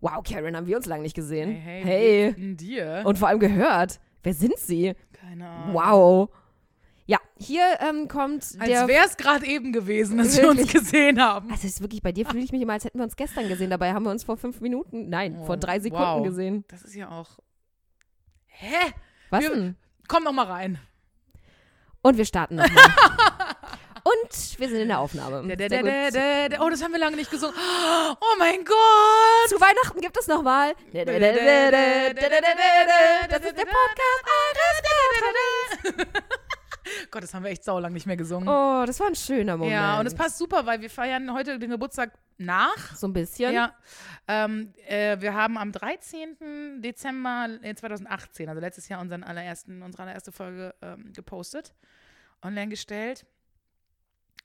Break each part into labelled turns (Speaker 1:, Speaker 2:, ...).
Speaker 1: wow, Karen, haben wir uns lange nicht gesehen.
Speaker 2: Hey, hey,
Speaker 1: Hey.
Speaker 2: wie geht's denn dir?
Speaker 1: Und vor allem gehört. Wer sind sie?
Speaker 2: Keine Ahnung.
Speaker 1: Wow. Ja, hier ähm, kommt
Speaker 2: Oh. Als
Speaker 1: der.
Speaker 2: wäre es gerade eben gewesen, dass wir uns
Speaker 1: Wirklich.
Speaker 2: gesehen haben.
Speaker 1: Also es ist wirklich, bei dir fühle ich mich immer, als hätten wir uns gestern gesehen. Dabei haben wir uns vor fünf Minuten, nein, vor
Speaker 2: Oh,
Speaker 1: drei Sekunden
Speaker 2: wow.
Speaker 1: gesehen.
Speaker 2: Das ist ja auch. Hä?
Speaker 1: Was
Speaker 2: Wir-
Speaker 1: denn?
Speaker 2: Komm noch mal rein.
Speaker 1: Und wir starten nochmal. Und wir sind in der Aufnahme.
Speaker 2: Da, da,
Speaker 1: Sehr
Speaker 2: da,
Speaker 1: gut.
Speaker 2: da, da, da. Oh, das haben wir lange nicht gesungen. Oh mein Gott!
Speaker 1: Zu Weihnachten gibt es nochmal. Das ist der
Speaker 2: Ah,
Speaker 1: Podcast.
Speaker 2: Gott, das haben wir echt saulang nicht mehr gesungen.
Speaker 1: Oh, das war ein schöner Moment.
Speaker 2: ja, und es passt super, weil wir feiern heute den Geburtstag nach.
Speaker 1: so ein bisschen.
Speaker 2: Ja. Ähm, äh, wir haben am 13. Dezember äh, 2018, also letztes Jahr, unseren allerersten, unsere allererste Folge ähm, gepostet, online gestellt.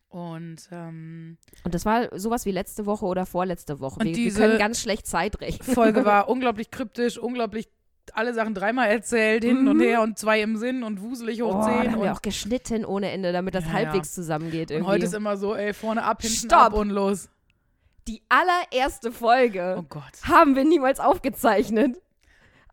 Speaker 2: Und ähm,
Speaker 1: Und das war sowas wie letzte Woche oder vorletzte Woche.
Speaker 2: Und
Speaker 1: Wir,
Speaker 2: diese-
Speaker 1: wir können ganz schlecht Zeit rechnen.
Speaker 2: Folge war unglaublich kryptisch, unglaublich alle Sachen dreimal erzählt, hin und her und zwei im Sinn und wuselig
Speaker 1: Oh, Mhm.
Speaker 2: hoch
Speaker 1: da
Speaker 2: zehn.
Speaker 1: haben
Speaker 2: und,
Speaker 1: wir auch geschnitten ohne Ende, damit das
Speaker 2: Ja, ja.
Speaker 1: halbwegs zusammengeht
Speaker 2: und
Speaker 1: irgendwie.
Speaker 2: heute ist immer so, ey, vorne ab, hinten
Speaker 1: Stopp!
Speaker 2: ab und los.
Speaker 1: die allererste Folge
Speaker 2: Oh Gott.
Speaker 1: haben wir niemals aufgezeichnet.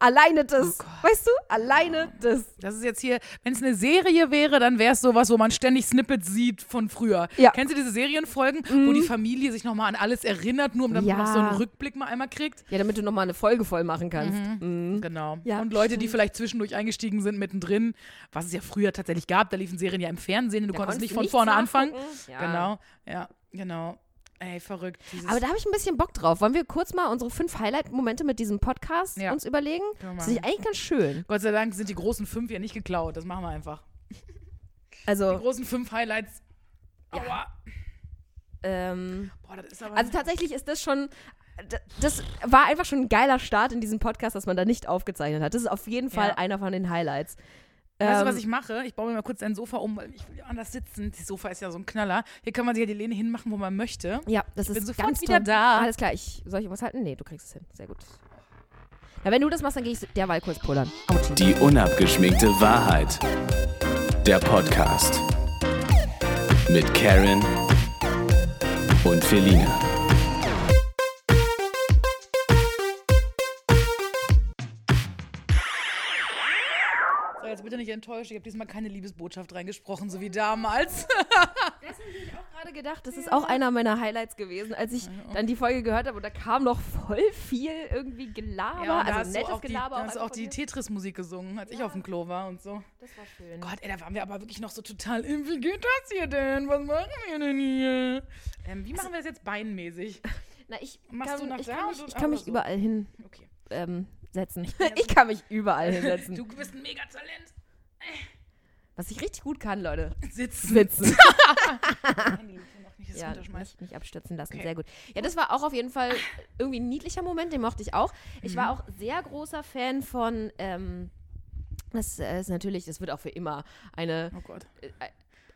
Speaker 1: Alleine das,
Speaker 2: Oh Gott.
Speaker 1: weißt du? Alleine das.
Speaker 2: Das ist jetzt hier, wenn es eine Serie wäre, dann wäre es sowas, wo man ständig Snippets sieht von früher.
Speaker 1: Ja. Mhm.
Speaker 2: Kennst du diese Serienfolgen, wo die Familie sich nochmal an alles erinnert, nur damit
Speaker 1: Ja.
Speaker 2: man noch so einen Rückblick mal einmal kriegt?
Speaker 1: Ja, damit du nochmal eine Folge voll machen kannst. Mhm.
Speaker 2: Genau.
Speaker 1: Ja,
Speaker 2: und Leute, die
Speaker 1: stimmt.
Speaker 2: vielleicht zwischendurch eingestiegen sind, mittendrin, was es ja früher tatsächlich gab, da liefen Serien ja im Fernsehen, du
Speaker 1: Da
Speaker 2: konntest nicht
Speaker 1: du
Speaker 2: von
Speaker 1: nichts
Speaker 2: vorne anfangen.
Speaker 1: nachgucken. Ja.
Speaker 2: Genau, ja, genau. Ey, verrückt. Dieses
Speaker 1: Aber da habe ich ein bisschen Bock drauf. Wollen wir kurz mal unsere fünf Highlight-Momente mit diesem Podcast
Speaker 2: Ja.
Speaker 1: uns überlegen?
Speaker 2: Können wir
Speaker 1: Das ist
Speaker 2: machen.
Speaker 1: eigentlich ganz schön.
Speaker 2: Gott sei Dank sind die großen fünf ja nicht geklaut. Das machen wir einfach. Die
Speaker 1: Also,
Speaker 2: großen fünf Highlights. Aua.
Speaker 1: ähm,
Speaker 2: Boah, das ist aber.
Speaker 1: also tatsächlich ist das schon. d- Das war einfach schon ein geiler Start in diesem Podcast, dass man da nicht aufgezeichnet hat. Das ist auf jeden Fall
Speaker 2: Ja.
Speaker 1: einer von den Highlights.
Speaker 2: Weißt du,
Speaker 1: Ähm,
Speaker 2: was ich mache? Ich baue mir mal kurz ein Sofa um, weil ich will ja anders sitzen. Das Sofa ist ja so ein Knaller. Hier kann man sich ja die Lehne hinmachen, wo man möchte.
Speaker 1: Ja, das
Speaker 2: Ich bin
Speaker 1: ist
Speaker 2: sofort
Speaker 1: ganz
Speaker 2: wieder
Speaker 1: toll.
Speaker 2: da.
Speaker 1: Alles klar, ich, soll ich irgendwas halten? Nee, du kriegst es hin. Sehr gut. Na, wenn du das machst, dann gehe ich derweil kurz pullern. Autsch.
Speaker 3: Die unabgeschminkte Wahrheit. Der Podcast. Mit Karen und Felina.
Speaker 2: So, jetzt bitte nicht enttäuscht. Ich habe diesmal keine Liebesbotschaft reingesprochen, so wie damals.
Speaker 1: gerade gedacht, das ist auch einer meiner Highlights gewesen, als ich dann die Folge gehört habe und da kam noch voll viel irgendwie Gelaber,
Speaker 2: und da
Speaker 1: also
Speaker 2: hast du
Speaker 1: nettes
Speaker 2: auch die,
Speaker 1: Gelaber.
Speaker 2: da hast du auch
Speaker 1: einfach
Speaker 2: die
Speaker 1: von
Speaker 2: Tetris-Musik gesungen, als ich auf dem Klo war und so.
Speaker 1: mir. das war schön.
Speaker 2: Gott, ey, da waren wir aber wirklich noch so total. ähm, Wie geht das hier denn? Was machen wir denn hier? Ähm, wie machen wir das jetzt beinmäßig?
Speaker 1: Na, ich
Speaker 2: Machst
Speaker 1: kann,
Speaker 2: du nach
Speaker 1: ich
Speaker 2: da
Speaker 1: kann
Speaker 2: und
Speaker 1: mich, ich
Speaker 2: oder
Speaker 1: kann mich
Speaker 2: so?
Speaker 1: überall hin
Speaker 2: Okay.
Speaker 1: ähm, setzen. Ich kann mich überall hinsetzen.
Speaker 2: Du bist ein Megatalent.
Speaker 1: Was ich richtig gut kann, Leute.
Speaker 2: Sitzen.
Speaker 1: Sitzen.
Speaker 2: Nein, die können auch nicht das
Speaker 1: ja,
Speaker 2: runterschmeißen.
Speaker 1: nicht, nicht abstürzen lassen.
Speaker 2: Okay.
Speaker 1: Sehr gut. Ja, das war auch auf jeden Fall irgendwie ein niedlicher Moment, den mochte ich auch. Ich
Speaker 2: Mhm.
Speaker 1: war auch sehr großer Fan von, ähm, das äh, ist natürlich, das wird auch für immer eine
Speaker 2: Oh Gott.
Speaker 1: äh,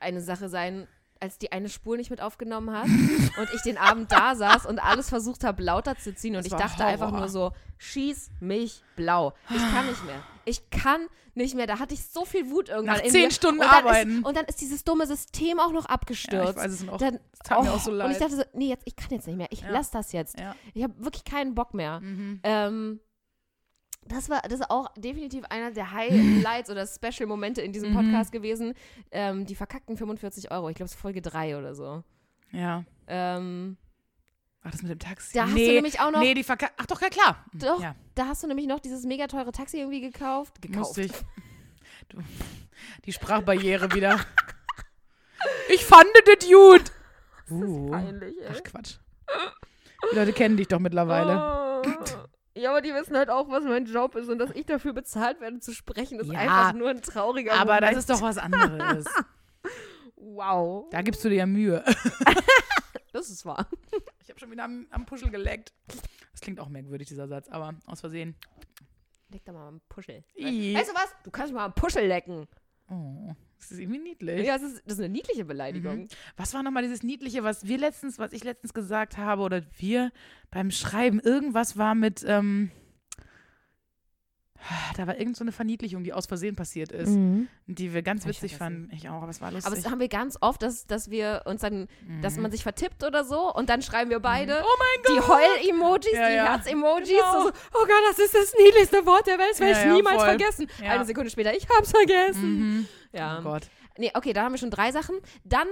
Speaker 1: eine Sache sein, als die eine Spur nicht mit aufgenommen hat und ich den Abend da saß und alles versucht habe, lauter zu ziehen. Und
Speaker 2: Das
Speaker 1: ich
Speaker 2: war
Speaker 1: dachte
Speaker 2: Horror.
Speaker 1: einfach nur so, schieß mich blau. Ich kann nicht mehr. Ich kann nicht mehr. Da hatte ich so viel Wut irgendwann
Speaker 2: Nach
Speaker 1: in
Speaker 2: zehn
Speaker 1: mir.
Speaker 2: Stunden
Speaker 1: und dann
Speaker 2: arbeiten.
Speaker 1: Ist, und dann ist dieses dumme System auch noch abgestürzt.
Speaker 2: Ja, ich weiß es noch.
Speaker 1: Dann, oh.
Speaker 2: Es tat mir auch so leid.
Speaker 1: Und ich dachte so, nee, jetzt, ich kann jetzt nicht mehr. Ich lass das jetzt.
Speaker 2: Ja. mhm.
Speaker 1: Ich habe wirklich keinen Bock mehr. Ähm, das war das ist auch definitiv einer der Highlights oder Special-Momente in
Speaker 2: Mhm.
Speaker 1: diesem Podcast gewesen. Ähm, die verkackten 45 Euro. Ich glaube, es ist Folge 3 oder so.
Speaker 2: Ja.
Speaker 1: Ähm,
Speaker 2: War das mit dem Taxi?
Speaker 1: Da hast du nämlich auch noch- Hm.
Speaker 2: Nee, die Verka Ach doch, ja klar.
Speaker 1: doch,
Speaker 2: Ja,
Speaker 1: da hast du nämlich noch dieses mega teure Taxi irgendwie gekauft. Gekauft.
Speaker 2: musste ich. Du, die Sprachbarriere wieder. Ich fand das gut. Uh.
Speaker 1: Peinlich, ey.
Speaker 2: Ach Quatsch. Die Leute kennen dich doch mittlerweile.
Speaker 1: Oh. Ja, aber die wissen halt auch, was mein Job ist und dass ich dafür bezahlt werde zu sprechen, ist
Speaker 2: Ja.
Speaker 1: einfach nur ein trauriger
Speaker 2: Aber
Speaker 1: Moment.
Speaker 2: das ist doch was anderes.
Speaker 1: wow.
Speaker 2: Da gibst du dir ja Mühe.
Speaker 1: Das ist wahr.
Speaker 2: Ich habe schon wieder am, am Puschel geleckt. Das klingt auch merkwürdig, dieser Satz, aber aus Versehen.
Speaker 1: Leck doch mal am Puschel.
Speaker 2: I.
Speaker 1: Weißt du was? Du kannst mich mal am Puschel lecken.
Speaker 2: Oh, das ist irgendwie niedlich.
Speaker 1: Ja, das ist, das ist eine niedliche
Speaker 2: Mhm.
Speaker 1: Beleidigung.
Speaker 2: Was war nochmal dieses Niedliche, was wir letztens, was ich letztens gesagt habe oder wir beim Schreiben, irgendwas war mit, ähm, Da war irgend so eine Verniedlichung, die aus Versehen passiert ist, die wir ganz
Speaker 1: Mhm. Hab ich
Speaker 2: witzig
Speaker 1: vergessen.
Speaker 2: fanden. Ich auch, aber es war
Speaker 1: Aber das
Speaker 2: lustig.
Speaker 1: haben wir ganz oft, dass, dass wir uns dann, dass man sich vertippt oder so und dann schreiben wir beide
Speaker 2: Mhm. oh mein
Speaker 1: die Heul-Emojis,
Speaker 2: Ja,
Speaker 1: die
Speaker 2: ja.
Speaker 1: Herz-Emojis.
Speaker 2: Genau.
Speaker 1: So, so, oh Gott, das ist das niedlichste Wort der Welt, das werde
Speaker 2: Ja,
Speaker 1: ich
Speaker 2: ja,
Speaker 1: niemals
Speaker 2: voll.
Speaker 1: vergessen.
Speaker 2: Ja.
Speaker 1: Eine Sekunde später, ich hab's vergessen. Ja.
Speaker 2: Oh Gott.
Speaker 1: Nee, okay, da haben wir schon drei Sachen. Dann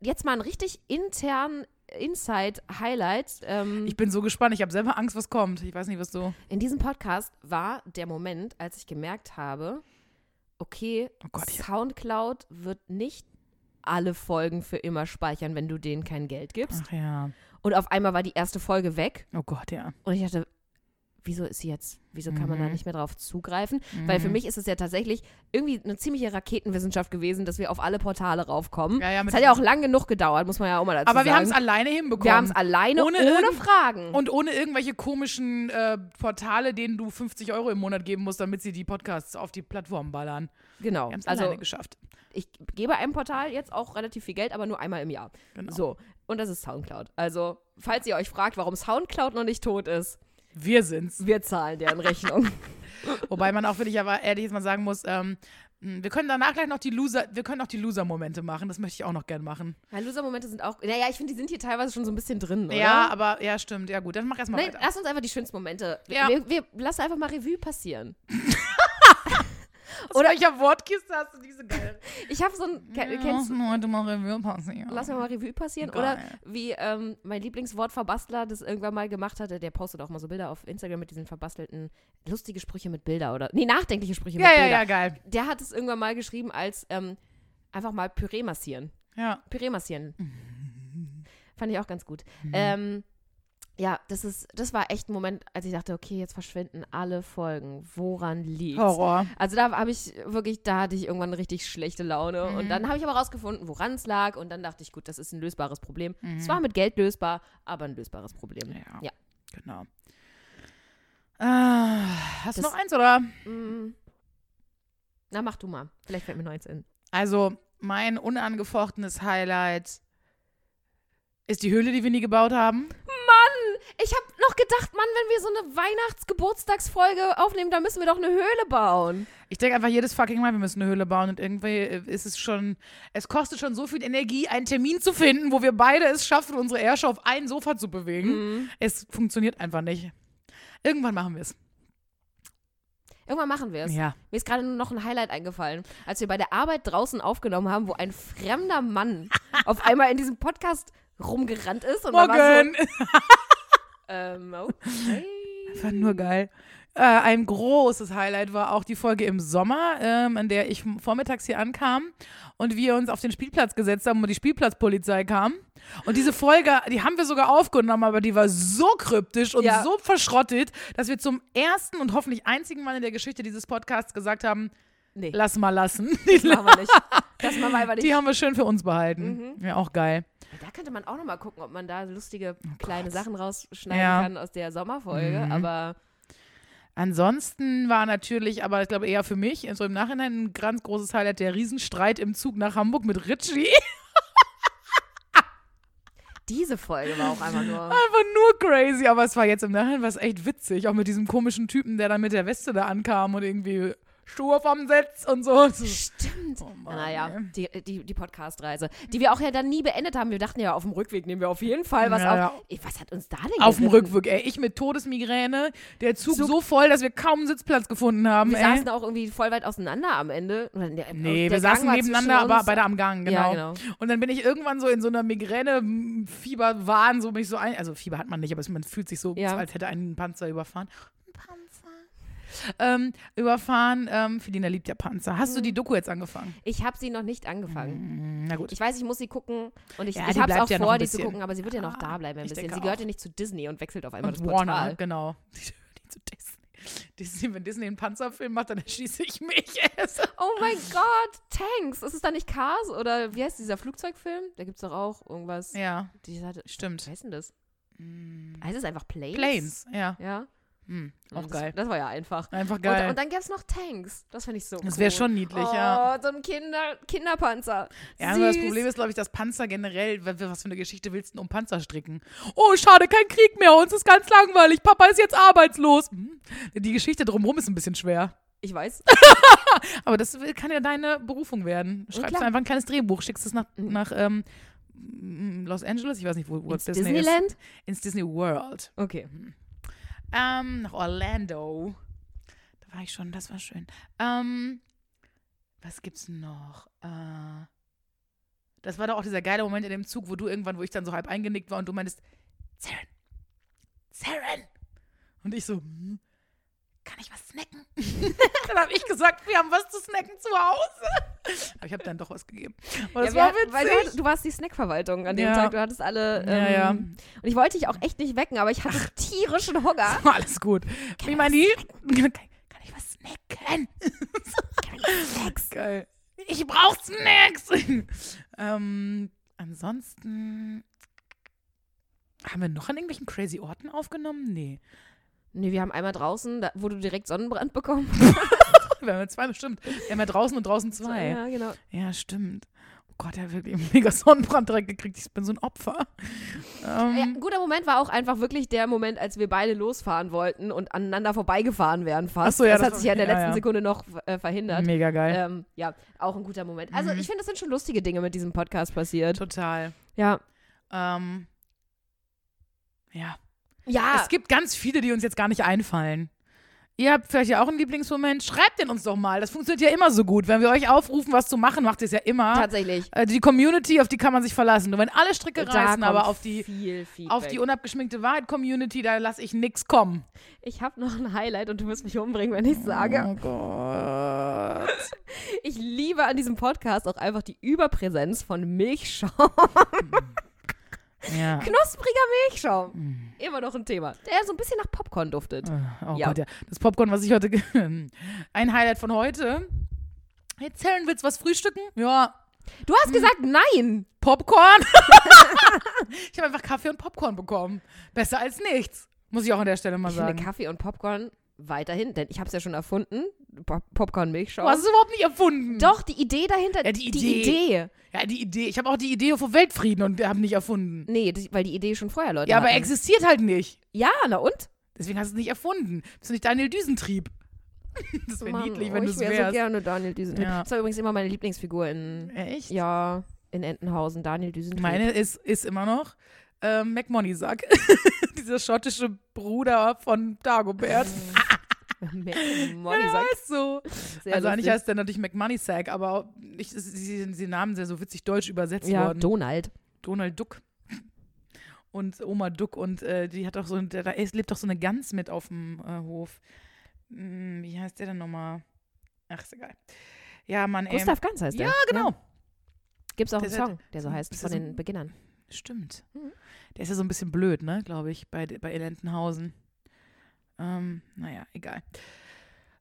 Speaker 1: jetzt mal einen richtig internen Inside-Highlight. Ähm,
Speaker 2: Ich bin so gespannt. Ich habe selber Angst, was kommt. Ich weiß nicht, was du.
Speaker 1: in diesem Podcast war der Moment, als ich gemerkt habe, okay,
Speaker 2: Oh Gott, ich-
Speaker 1: Soundcloud wird nicht alle Folgen für immer speichern, wenn du denen kein Geld gibst.
Speaker 2: Ach ja.
Speaker 1: Und auf einmal war die erste Folge weg
Speaker 2: Oh Gott, ja.
Speaker 1: und ich dachte, wieso ist sie jetzt, wieso kann man da
Speaker 2: Mhm.
Speaker 1: nicht mehr drauf zugreifen? Weil für mich ist es ja tatsächlich irgendwie eine ziemliche Raketenwissenschaft gewesen, dass wir auf alle Portale raufkommen.
Speaker 2: Ja, ja, mit-
Speaker 1: es hat ja auch lang genug gedauert, muss man ja auch mal dazu
Speaker 2: Aber wir haben
Speaker 1: sagen.
Speaker 2: es alleine hinbekommen.
Speaker 1: wir haben es alleine
Speaker 2: Ohne
Speaker 1: ohne,
Speaker 2: irgend-
Speaker 1: Fragen.
Speaker 2: Und ohne irgendwelche komischen äh, Portale, denen du 50 Euro im Monat geben musst, damit sie die Podcasts auf die Plattform ballern.
Speaker 1: genau.
Speaker 2: Wir haben es
Speaker 1: Also
Speaker 2: alleine geschafft.
Speaker 1: ich gebe einem Portal jetzt auch relativ viel Geld, aber nur einmal im Jahr.
Speaker 2: Genau.
Speaker 1: So, und das ist Soundcloud. Also, falls ihr euch fragt, warum Soundcloud noch nicht tot ist,
Speaker 2: Wir sind's.
Speaker 1: wir zahlen deren Rechnung.
Speaker 2: Wobei man auch wirklich aber ehrlich jetzt mal sagen muss, ähm, mh, wir können danach gleich noch die Loser, wir können auch die Loser-Momente machen. Das möchte ich auch noch gern machen.
Speaker 1: ja, Loser-Momente sind auch. Naja, ich finde, die sind hier teilweise schon so ein bisschen drin, oder?
Speaker 2: Ja, aber ja, stimmt. Ja, gut, dann mach erstmal
Speaker 1: Nein,
Speaker 2: weiter.
Speaker 1: lass uns einfach die schönsten Momente.
Speaker 2: Ja.
Speaker 1: Wir, wir lassen einfach mal Revue passieren.
Speaker 2: Aus welcher Wortkiste hast du diese geile?
Speaker 1: Ich habe so ein. Ke- Kennst du.
Speaker 2: heute mal Revue passieren.
Speaker 1: Lass mir mal Revue passieren.
Speaker 2: Geil.
Speaker 1: Oder wie ähm, mein Lieblingswortverbastler das irgendwann mal gemacht hatte, der postet auch mal so Bilder auf Instagram mit diesen verbastelten, lustige Sprüche mit Bilder oder. Nee, nachdenkliche Sprüche
Speaker 2: Ja,
Speaker 1: mit
Speaker 2: ja,
Speaker 1: Bilder.
Speaker 2: ja, geil.
Speaker 1: Der hat es irgendwann mal geschrieben als ähm, einfach mal Püree massieren.
Speaker 2: Ja.
Speaker 1: Püree massieren. Fand ich auch ganz gut. Ähm, ja, das ist, das war echt ein Moment, als ich dachte, okay, jetzt verschwinden alle Folgen. Woran liegt's?
Speaker 2: Horror.
Speaker 1: Also da habe ich wirklich, da hatte ich irgendwann richtig schlechte Laune. Und dann habe ich aber rausgefunden, woran es lag. Und dann dachte ich, gut, das ist ein lösbares Problem. Es war mit Geld lösbar, aber ein lösbares Problem.
Speaker 2: Ja.
Speaker 1: Ja.
Speaker 2: Genau. Ah, hast du
Speaker 1: Das-
Speaker 2: noch eins, oder?
Speaker 1: Mm. Na, mach du mal. Vielleicht fällt mir noch eins in.
Speaker 2: Also, mein unangefochtenes Highlight ist die Höhle, die wir nie gebaut haben.
Speaker 1: Ich habe noch gedacht, Mann, wenn wir so eine Weihnachts-Geburtstagsfolge aufnehmen, dann müssen wir doch eine Höhle bauen.
Speaker 2: Ich denke einfach jedes fucking Mal, wir müssen eine Höhle bauen und irgendwie äh, ist es schon, es kostet schon so viel Energie, einen Termin zu finden, wo wir beide es schaffen, unsere Ärsche auf ein Sofa zu bewegen. Es funktioniert einfach nicht. Irgendwann machen wir es.
Speaker 1: Irgendwann machen wir es.
Speaker 2: Ja.
Speaker 1: Mir ist gerade nur noch ein Highlight eingefallen, als wir bei der Arbeit draußen aufgenommen haben, wo ein fremder Mann auf einmal in diesem Podcast rumgerannt ist und man war so,
Speaker 2: Morgen.
Speaker 1: ähm, okay.
Speaker 2: War nur geil. Äh, ein großes Highlight war auch die Folge im Sommer, ähm, in der ich vormittags hier ankam und wir uns auf den Spielplatz gesetzt haben und die Spielplatzpolizei kam. Und diese Folge, die haben wir sogar aufgenommen, aber die war so kryptisch und
Speaker 1: Ja.
Speaker 2: so verschrottet, dass wir zum ersten und hoffentlich einzigen Mal in der Geschichte dieses Podcasts gesagt haben,
Speaker 1: Nee,
Speaker 2: lass mal lassen.
Speaker 1: das machen wir nicht. Das machen wir einfach nicht. Mhm.
Speaker 2: Die haben wir schön für uns behalten. Ja, auch geil.
Speaker 1: Da könnte man auch nochmal gucken, ob man da lustige kleine Sachen rausschneiden
Speaker 2: Oh Ja. Mhm.
Speaker 1: kann aus der Sommerfolge, aber
Speaker 2: Ansonsten war natürlich, aber ich glaube eher für mich, so im Nachhinein ein ganz großes Highlight, der Riesenstreit im Zug nach Hamburg mit Ritchie.
Speaker 1: diese Folge war auch einfach nur.
Speaker 2: Einfach nur crazy, aber es war jetzt im Nachhinein was echt witzig, auch mit diesem komischen Typen, der dann mit der Weste da ankam und irgendwie Schuhe vom Setz und so. Das ist-
Speaker 1: Stimmt.
Speaker 2: Oh Mann,
Speaker 1: naja,
Speaker 2: ey.
Speaker 1: die, die, die Podcast-Reise, die wir auch ja dann nie beendet haben. Wir dachten ja, auf dem Rückweg nehmen wir auf jeden Fall was
Speaker 2: Ja,
Speaker 1: auf. Ey, was hat uns da denn
Speaker 2: Auf dem
Speaker 1: geritten?
Speaker 2: Rückweg, ey, ich mit Todesmigräne, der Zug,
Speaker 1: Zug-
Speaker 2: so voll, dass wir kaum einen Sitzplatz gefunden haben,
Speaker 1: Wir
Speaker 2: ey.
Speaker 1: saßen auch irgendwie voll weit auseinander am Ende. Oder Der,
Speaker 2: Nee,
Speaker 1: Also der
Speaker 2: wir saßen
Speaker 1: Gang war zwischen
Speaker 2: nebeneinander, aber
Speaker 1: uns.
Speaker 2: beide am Gang, genau.
Speaker 1: Ja, genau.
Speaker 2: Und dann bin ich irgendwann so in so einer Migräne-Fieberwahn, so mich so ein. Also Fieber hat man nicht, aber man fühlt sich so,
Speaker 1: Ja.
Speaker 2: als hätte einen Panzer überfahren. Ein Panzer. Ähm, überfahren. Ähm, Felina liebt ja Panzer. Hast du die Doku jetzt angefangen?
Speaker 1: Ich habe sie noch nicht angefangen.
Speaker 2: Na gut.
Speaker 1: Mhm. Ich weiß, ich muss sie gucken und ich,
Speaker 2: Hm. Ja,
Speaker 1: ich
Speaker 2: die
Speaker 1: habe es
Speaker 2: bleibt
Speaker 1: auch
Speaker 2: ja noch
Speaker 1: vor,
Speaker 2: ein
Speaker 1: die zu
Speaker 2: bisschen.
Speaker 1: gucken, aber sie wird ja noch
Speaker 2: Ah,
Speaker 1: da bleiben ein
Speaker 2: ich
Speaker 1: bisschen.
Speaker 2: denke
Speaker 1: Sie
Speaker 2: auch.
Speaker 1: gehört ja nicht zu Disney und wechselt auf einmal
Speaker 2: Und
Speaker 1: das
Speaker 2: Warner,
Speaker 1: Portal.
Speaker 2: genau. Die, die zu Disney. Disney. Wenn Disney einen Panzerfilm macht, dann erschieße ich mich. Es
Speaker 1: Oh mein Gott, Tanks. Ist es da nicht Cars oder wie heißt dieser Flugzeugfilm? Da gibt es doch auch irgendwas.
Speaker 2: ja,
Speaker 1: Die Seite,
Speaker 2: stimmt.
Speaker 1: was heißt denn das? Heißt es einfach Planes?
Speaker 2: Planes, ja.
Speaker 1: Ja.
Speaker 2: Mhm. Auch
Speaker 1: das,
Speaker 2: geil.
Speaker 1: Das war ja einfach.
Speaker 2: Einfach geil.
Speaker 1: Und, und dann gäbe es noch Tanks. Das finde ich so
Speaker 2: das
Speaker 1: cool.
Speaker 2: wäre schon niedlich, ja.
Speaker 1: Oh, so ein Kinder Kinderpanzer.
Speaker 2: Ja,
Speaker 1: Süß.
Speaker 2: aber das Problem ist, glaube ich, dass Panzer generell, wa- was für eine Geschichte willst du denn um Panzer stricken? Oh, schade, kein Krieg mehr, uns ist ganz langweilig, Papa ist jetzt arbeitslos. Hm. Die Geschichte drumherum ist ein bisschen schwer.
Speaker 1: Ich weiß.
Speaker 2: Aber das kann ja deine Berufung werden. Schreibst
Speaker 1: klar. Hm.
Speaker 2: du einfach ein kleines Drehbuch, schickst es nach, nach ähm, m- Los Angeles, ich weiß nicht, wo, wo
Speaker 1: Ins
Speaker 2: Disney
Speaker 1: Disneyland?
Speaker 2: ist. Ins Disney World.
Speaker 1: Okay.
Speaker 2: Ähm, nach Orlando. Da war ich schon, das war schön. Ähm, was gibt's noch? Äh, das war doch auch dieser geile Moment in dem Zug, wo du irgendwann, wo ich dann so halb eingenickt war und du meintest, Saren, Saren. Und ich so, hm, kann ich was snacken? dann habe ich gesagt, wir haben was zu snacken zu Hause. Aber ich habe dann doch was gegeben. Aber
Speaker 1: Ja,
Speaker 2: das
Speaker 1: wir
Speaker 2: war
Speaker 1: hatten-
Speaker 2: witzig.
Speaker 1: weil du, hattest- du warst die Snackverwaltung an dem
Speaker 2: Ja.
Speaker 1: Tag. Du hattest alle. Ähm,
Speaker 2: Ja, ja.
Speaker 1: Und ich wollte dich auch echt nicht wecken, aber ich hatte tierischen Hunger.
Speaker 2: Alles gut. ich meine, die. Kann, kann ich was snacken? Snacks. Geil. Ich brauch Snacks. ähm, ansonsten. Haben wir noch an irgendwelchen crazy Orten aufgenommen? Nee.
Speaker 1: Nee, wir haben einmal draußen, da, wo du direkt Sonnenbrand bekommen
Speaker 2: Oh, Wir haben ja zwei bestimmt. Wir haben ja draußen und draußen zwei.
Speaker 1: Ja, genau.
Speaker 2: Ja, stimmt. Oh Gott, er hat wirklich einen mega Sonnenbrand direkt gekriegt. Ich bin so ein Opfer.
Speaker 1: Ja,
Speaker 2: Ähm,
Speaker 1: ein guter Moment war auch einfach wirklich der Moment, als wir beide losfahren wollten und aneinander vorbeigefahren wären fast.
Speaker 2: Ach so, ja,
Speaker 1: das,
Speaker 2: das
Speaker 1: hat
Speaker 2: war-
Speaker 1: sich ja in der
Speaker 2: ja,
Speaker 1: letzten
Speaker 2: ja.
Speaker 1: Sekunde noch äh, verhindert.
Speaker 2: Mega geil.
Speaker 1: Ähm, ja, auch ein guter Moment. Also
Speaker 2: Mhm.
Speaker 1: ich finde, das sind schon lustige Dinge mit diesem Podcast passiert.
Speaker 2: Total.
Speaker 1: Ja.
Speaker 2: Ähm, ja.
Speaker 1: Ja.
Speaker 2: Es gibt ganz viele, die uns jetzt gar nicht einfallen. Ihr habt vielleicht ja auch einen Lieblingsmoment. Schreibt den uns doch mal. Das funktioniert ja immer so gut. Wenn wir euch aufrufen, was zu machen, macht ihr es ja immer.
Speaker 1: tatsächlich.
Speaker 2: Äh, Die Community, auf die kann man sich verlassen. Nur wenn alle Stricke
Speaker 1: Da
Speaker 2: reißen, aber
Speaker 1: kommt
Speaker 2: auf die,
Speaker 1: viel Feedback.
Speaker 2: auf die unabgeschminkte Wahrheit-Community, da lasse ich nichts kommen.
Speaker 1: ich habe noch ein Highlight und du wirst mich umbringen, wenn ich sage.
Speaker 2: Oh Gott.
Speaker 1: Ich liebe an diesem Podcast auch einfach die Überpräsenz von Milchschaum.
Speaker 2: Ja.
Speaker 1: Knuspriger Milchschaum. Immer noch ein Thema. Der so ein bisschen nach Popcorn duftet.
Speaker 2: Oh
Speaker 1: Ja.
Speaker 2: Gott, ja. Das Popcorn, was ich heute. ge- ein Highlight von heute. Erzählen willst du was frühstücken? Ja,
Speaker 1: Du hast gesagt, nein.
Speaker 2: Popcorn. ich habe einfach Kaffee und Popcorn bekommen. Besser als nichts. Muss ich auch an der Stelle mal
Speaker 1: Ich finde
Speaker 2: sagen.
Speaker 1: Kaffee und Popcorn weiterhin, denn ich habe es ja schon erfunden. Pop Popcorn
Speaker 2: Du
Speaker 1: Milchschaum.
Speaker 2: hast es überhaupt nicht erfunden.
Speaker 1: Doch, die Idee dahinter.
Speaker 2: Ja, die
Speaker 1: Die
Speaker 2: Idee.
Speaker 1: Idee.
Speaker 2: Ja, die Idee. Ich habe auch die Idee vom Weltfrieden und wir haben nicht erfunden.
Speaker 1: Nee, das, weil die Idee schon vorher Leute
Speaker 2: Ja, aber
Speaker 1: hatten.
Speaker 2: existiert halt nicht.
Speaker 1: Ja, na und?
Speaker 2: Deswegen hast du es nicht erfunden. Bist du nicht Daniel Düsentrieb? Das wäre
Speaker 1: Mann,
Speaker 2: niedlich,
Speaker 1: oh,
Speaker 2: wenn du
Speaker 1: ich
Speaker 2: es
Speaker 1: wär so
Speaker 2: wärst.
Speaker 1: gerne Daniel Düsentrieb.
Speaker 2: Ja.
Speaker 1: Das war übrigens immer meine Lieblingsfigur in,
Speaker 2: Echt?
Speaker 1: ja, in Entenhausen. Daniel Düsentrieb.
Speaker 2: Meine ist, ist immer noch ähm, McMoneysack. Dieser schottische Bruder von Dagobert.
Speaker 1: Molly
Speaker 2: ja,
Speaker 1: sagt
Speaker 2: ist so.
Speaker 1: sehr
Speaker 2: also eigentlich
Speaker 1: lustig.
Speaker 2: heißt der natürlich McMoneysack, aber ich, sie- sie, sie Namen sehr so witzig deutsch übersetzt
Speaker 1: ja,
Speaker 2: worden.
Speaker 1: Donald.
Speaker 2: Donald Duck und Oma Duck und äh, die hat auch so, ein- da, da ist, lebt doch so eine Gans mit auf dem äh, Hof. Hm, wie heißt der denn nochmal? Ach, ist egal. Ja, Mann, ey.
Speaker 1: Gustav ne? Ganz heißt der.
Speaker 2: Ähm, ja, genau.
Speaker 1: Gibt's auch
Speaker 2: Der
Speaker 1: einen
Speaker 2: ist-
Speaker 1: Song, der so heißt,
Speaker 2: das
Speaker 1: von
Speaker 2: ist
Speaker 1: den
Speaker 2: ein-
Speaker 1: Beginnern.
Speaker 2: Stimmt.
Speaker 1: Mhm.
Speaker 2: Der ist ja so ein bisschen blöd, ne, glaube ich, bei, de- bei Elentenhausen. Ähm, naja, egal.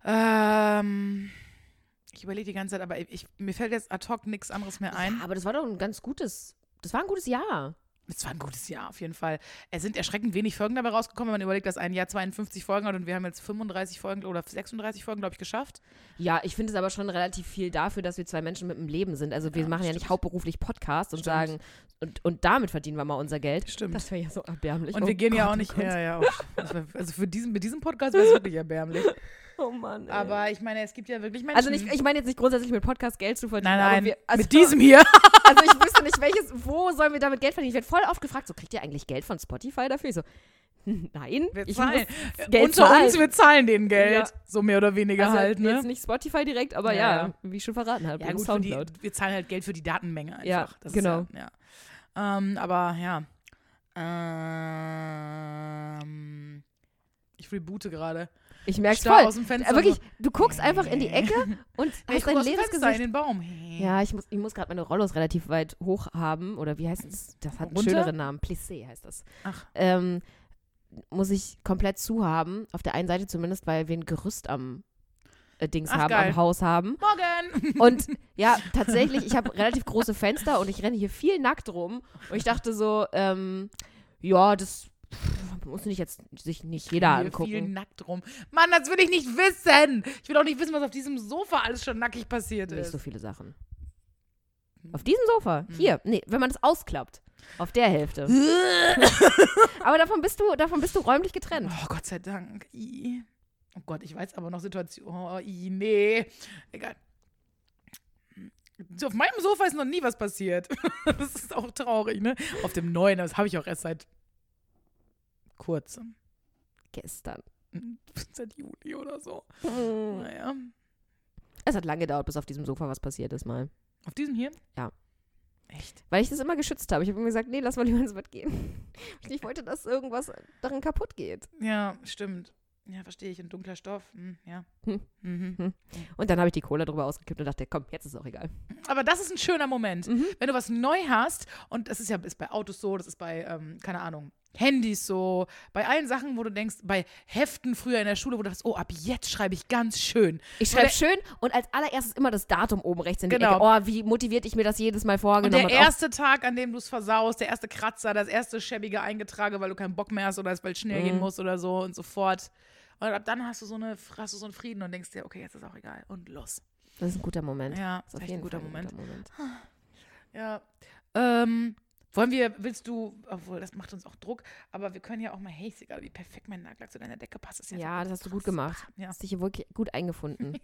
Speaker 2: Ähm, ich überlege die ganze Zeit, aber ich, mir fällt jetzt ad hoc nichts anderes mehr ein.
Speaker 1: Ja, aber das war doch ein ganz gutes, das war ein gutes Jahr.
Speaker 2: Es war ein gutes Jahr, auf jeden Fall. Es sind erschreckend wenig Folgen dabei rausgekommen, wenn man überlegt, dass ein Jahr 52 Folgen hat und wir haben jetzt 35 Folgen oder 36 Folgen, glaube ich, geschafft.
Speaker 1: Ja, ich finde es aber schon relativ viel dafür, dass wir zwei Menschen mit dem Leben sind. Also wir
Speaker 2: Ja,
Speaker 1: machen ja
Speaker 2: stimmt.
Speaker 1: nicht hauptberuflich Podcasts und
Speaker 2: Stimmt.
Speaker 1: sagen, und, und damit verdienen wir mal unser Geld.
Speaker 2: Stimmt.
Speaker 1: Das wäre ja so erbärmlich.
Speaker 2: und
Speaker 1: oh
Speaker 2: wir gehen
Speaker 1: Gott,
Speaker 2: ja auch
Speaker 1: oh
Speaker 2: nicht.
Speaker 1: Gott.
Speaker 2: Ja, ja, auch, das wär- also für diesen, mit diesem Podcast wäre es wirklich erbärmlich.
Speaker 1: Oh Mann. Ey.
Speaker 2: Aber ich meine, es gibt ja wirklich Menschen.
Speaker 1: also nicht, ich meine jetzt nicht grundsätzlich mit Podcast Geld zu verdienen.
Speaker 2: nein,
Speaker 1: Aber
Speaker 2: nein.
Speaker 1: wir, also,
Speaker 2: mit diesem hier.
Speaker 1: Also ich wüsste nicht, welches, wo sollen wir damit Geld verdienen? Ich werde voll oft gefragt, so kriegt ihr eigentlich Geld von Spotify dafür? Ich so, nein,
Speaker 2: Wir
Speaker 1: ich
Speaker 2: zahlen. Äh,
Speaker 1: muss Geld
Speaker 2: Unter
Speaker 1: zahlen.
Speaker 2: uns, wir zahlen denen Geld.
Speaker 1: Ja.
Speaker 2: So mehr oder weniger
Speaker 1: also
Speaker 2: halt,
Speaker 1: jetzt
Speaker 2: ne?
Speaker 1: nicht Spotify direkt, aber
Speaker 2: Ja,
Speaker 1: ja,
Speaker 2: ja.
Speaker 1: wie ich schon verraten habe,
Speaker 2: Ja,
Speaker 1: wegen
Speaker 2: gut, für die,
Speaker 1: Soundcloud.
Speaker 2: wir zahlen halt Geld für die Datenmenge einfach.
Speaker 1: Ja,
Speaker 2: das
Speaker 1: genau.
Speaker 2: Ist ja, ja. Ähm, aber ja. Ähm, ich reboote gerade.
Speaker 1: Ich merk's
Speaker 2: Starr
Speaker 1: voll.
Speaker 2: aus dem Fenster.
Speaker 1: Aber wirklich, du guckst einfach in die Ecke und
Speaker 2: Nee, ich
Speaker 1: hast
Speaker 2: guck
Speaker 1: ein
Speaker 2: aus dem
Speaker 1: leeres
Speaker 2: Fenster in
Speaker 1: Gesicht.
Speaker 2: den Baum.
Speaker 1: Ja, ich muss, ich muss gerade meine Rollos relativ weit hoch haben. Oder wie heißt es? Das hat einen
Speaker 2: Runter?
Speaker 1: schöneren Namen. Plissé heißt das.
Speaker 2: Ach.
Speaker 1: Ähm, muss ich komplett zu haben. Auf der einen Seite zumindest, weil wir ein Gerüst am äh, Dings
Speaker 2: Ach,
Speaker 1: haben,
Speaker 2: geil.
Speaker 1: am Haus haben.
Speaker 2: Morgen!
Speaker 1: Und ja, tatsächlich, ich habe relativ große Fenster und ich renne hier viel nackt rum. Und ich dachte so, ähm, ja, das pff, muss nicht jetzt sich nicht jeder
Speaker 2: Hier viel
Speaker 1: angucken.
Speaker 2: nackt rum. Mann, das will ich nicht wissen. Ich will auch nicht wissen, was auf diesem Sofa alles schon nackig passiert
Speaker 1: Nicht
Speaker 2: ist.
Speaker 1: so viele Sachen.
Speaker 2: Hm.
Speaker 1: Auf diesem Sofa. Hier. Nee, wenn man das ausklappt. Auf der Hälfte. Aber davon bist du, davon bist du räumlich getrennt.
Speaker 2: Oh, Gott sei Dank. I. Oh Gott, ich weiß aber noch Situation. Oh, I, nee. Egal. So, auf meinem Sofa ist noch nie was passiert. das ist auch traurig, ne? Auf dem neuen, das habe ich auch erst seit kurzem.
Speaker 1: Gestern.
Speaker 2: Seit Juli oder so.
Speaker 1: Es
Speaker 2: Naja.
Speaker 1: hat lange gedauert, bis auf diesem Sofa was passiert ist mal.
Speaker 2: Auf diesem hier?
Speaker 1: Ja.
Speaker 2: Echt?
Speaker 1: Weil ich das immer geschützt habe. Ich habe immer gesagt, nee, lass mal lieber ins Bett gehen. Ich nicht wollte, dass irgendwas daran kaputt geht.
Speaker 2: Ja, stimmt. Ja, verstehe ich. Ein dunkler Stoff. Hm, ja.
Speaker 1: Hm.
Speaker 2: Mhm.
Speaker 1: Und dann habe ich die Cola drüber ausgekippt und dachte, komm, jetzt ist es auch egal.
Speaker 2: Aber das ist ein schöner Moment.
Speaker 1: Mhm.
Speaker 2: Wenn du was neu hast, und das ist ja ist bei Autos so, das ist bei, ähm, keine Ahnung, Handys so, bei allen Sachen, wo du denkst, bei Heften früher in der Schule, wo du dachtest, oh, ab jetzt schreibe ich ganz schön.
Speaker 1: Ich
Speaker 2: Oder-
Speaker 1: schreibe schön und als allererstes immer das Datum oben rechts in die
Speaker 2: Genau.
Speaker 1: Ecke. Oh, wie motiviert ich mir das jedes Mal
Speaker 2: Und
Speaker 1: vorgenommen
Speaker 2: der
Speaker 1: habe.
Speaker 2: erste Tag, an dem du es versaust, der erste Kratzer, das erste schäbige Eingetrage, weil du keinen Bock mehr hast oder es bald schnell
Speaker 1: Mhm.
Speaker 2: gehen muss oder so und so fort. Und ab dann hast du so eine, hast du so einen Frieden und denkst dir, okay, jetzt ist auch egal und los.
Speaker 1: Das ist ein guter Moment.
Speaker 2: Ja,
Speaker 1: Das
Speaker 2: ist
Speaker 1: ist auf
Speaker 2: echt ein
Speaker 1: jeden
Speaker 2: guter
Speaker 1: Fall
Speaker 2: Moment.
Speaker 1: ein guter Moment.
Speaker 2: Ja. Ähm, wollen wir, willst du, obwohl das macht uns auch Druck, aber wir können ja auch mal, hey, ist egal, wie perfekt mein Nagellack zu deiner Decke passt. Ist ja,
Speaker 1: Ja,
Speaker 2: so
Speaker 1: das hast du gut
Speaker 2: krass.
Speaker 1: gemacht.
Speaker 2: Ja.
Speaker 1: Hast dich hier wirklich gut eingefunden.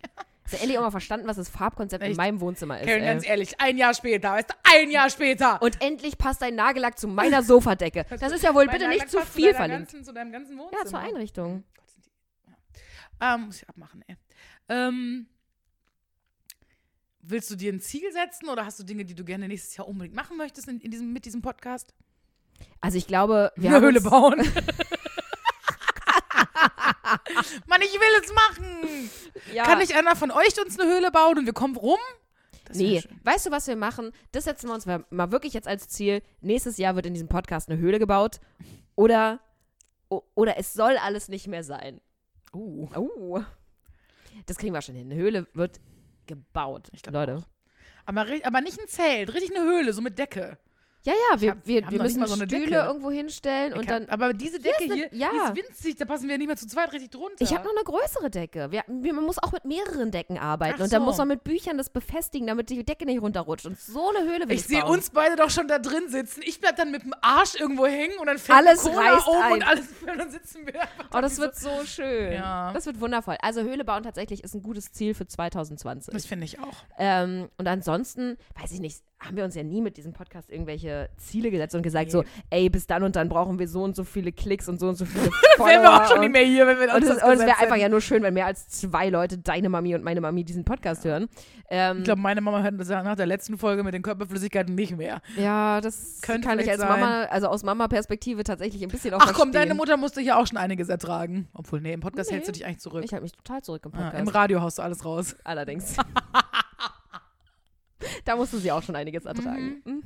Speaker 1: Hast du endlich auch mal verstanden, was das Farbkonzept in
Speaker 2: Echt.
Speaker 1: meinem Wohnzimmer ist.
Speaker 2: Karen,
Speaker 1: Ey.
Speaker 2: ganz ehrlich, ein Jahr später, weißt du, ein Jahr später.
Speaker 1: äh, Und endlich passt dein Nagellack zu meiner Sofadecke. Das ist ja wohl
Speaker 2: Mein
Speaker 1: bitte
Speaker 2: Nagellack
Speaker 1: nicht zu
Speaker 2: passt
Speaker 1: viel
Speaker 2: deiner
Speaker 1: verlinkt.
Speaker 2: Ganzen, zu deinem ganzen Wohnzimmer.
Speaker 1: Ja, zur Einrichtung.
Speaker 2: Gott, sind die, ja. ähm, muss ich abmachen, ey. Ähm, willst du dir ein Ziel setzen oder hast du Dinge, die du gerne nächstes Jahr unbedingt machen möchtest in, in diesem, mit diesem Podcast?
Speaker 1: Also ich glaube, wir
Speaker 2: Eine
Speaker 1: haben
Speaker 2: Höhle
Speaker 1: uns,
Speaker 2: bauen. Mann, ich will es machen.
Speaker 1: ja,
Speaker 2: Kann nicht einer von euch uns eine Höhle bauen und wir kommen rum? Das wär
Speaker 1: Nee,
Speaker 2: schön.
Speaker 1: weißt du, was wir machen? Das setzen wir uns mal- mal wirklich jetzt als Ziel. Nächstes Jahr wird in diesem Podcast eine Höhle gebaut. Oder, o- oder es soll alles nicht mehr sein.
Speaker 2: Oh.
Speaker 1: Oh. Das kriegen wir schon hin. Eine Höhle wird gebaut.
Speaker 2: Ich glaub
Speaker 1: Leute.
Speaker 2: Aber, ri- aber nicht ein Zelt, richtig eine Höhle, so mit Decke.
Speaker 1: Ja, ja, wir,
Speaker 2: hab- wir
Speaker 1: wir,
Speaker 2: haben
Speaker 1: wir
Speaker 2: noch nicht
Speaker 1: müssen
Speaker 2: mal so eine
Speaker 1: Stühle
Speaker 2: Decke.
Speaker 1: irgendwo hinstellen und
Speaker 2: Ich
Speaker 1: dann.
Speaker 2: hab, aber diese Decke
Speaker 1: ist
Speaker 2: hier,
Speaker 1: ne- ja.
Speaker 2: die ist winzig, da passen wir nicht mehr zu zweit richtig drunter.
Speaker 1: Ich habe noch eine größere Decke. Wir, wir, man muss auch mit mehreren Decken arbeiten.
Speaker 2: Ach
Speaker 1: Und dann
Speaker 2: so.
Speaker 1: muss man mit Büchern das befestigen, damit die Decke nicht runterrutscht. Und so eine Höhle will ich,
Speaker 2: ich sehe
Speaker 1: bauen.
Speaker 2: uns beide doch schon da drin sitzen. Ich bleib dann mit dem Arsch irgendwo hängen und dann fällt
Speaker 1: Alles
Speaker 2: Cola
Speaker 1: reißt
Speaker 2: um
Speaker 1: ein.
Speaker 2: und alles und dann sitzen wir. einfach
Speaker 1: Oh,
Speaker 2: da
Speaker 1: das
Speaker 2: wie
Speaker 1: wird so schön.
Speaker 2: Ja.
Speaker 1: Das wird wundervoll. Also Höhle bauen tatsächlich ist ein gutes Ziel für
Speaker 2: so-
Speaker 1: 2020.
Speaker 2: Das finde ich auch.
Speaker 1: Ähm, und ansonsten, weiß ich nicht, haben wir uns ja nie mit diesem Podcast irgendwelche Ziele gesetzt und gesagt
Speaker 2: Nee.
Speaker 1: so, ey, bis dann und dann brauchen wir so und so viele Klicks und so und so viele Follower.
Speaker 2: Wären wir auch schon
Speaker 1: Oh, und,
Speaker 2: nicht mehr hier, wenn wir
Speaker 1: Und
Speaker 2: uns
Speaker 1: es,
Speaker 2: das
Speaker 1: und es wäre
Speaker 2: gesetzt
Speaker 1: einfach
Speaker 2: hätten.
Speaker 1: ja nur schön, wenn mehr als zwei Leute, deine Mami und meine Mami, diesen Podcast hören. Ähm,
Speaker 2: Ich glaube, meine Mama hört das ja nach der letzten Folge mit den Körperflüssigkeiten nicht mehr.
Speaker 1: ja, das
Speaker 2: Könnte
Speaker 1: kann ich als
Speaker 2: vielleicht
Speaker 1: Mama, also aus Mama-Perspektive tatsächlich ein bisschen auch
Speaker 2: Ach komm,
Speaker 1: verstehen.
Speaker 2: deine Mutter musste hier auch schon einiges ertragen. Obwohl, nee, im Podcast
Speaker 1: Nee.
Speaker 2: hältst du dich eigentlich zurück.
Speaker 1: Ich halte mich total zurück im
Speaker 2: Ah,
Speaker 1: Podcast.
Speaker 2: Im Radio haust du alles raus.
Speaker 1: Allerdings. da musste sie auch schon einiges ertragen. Mhm.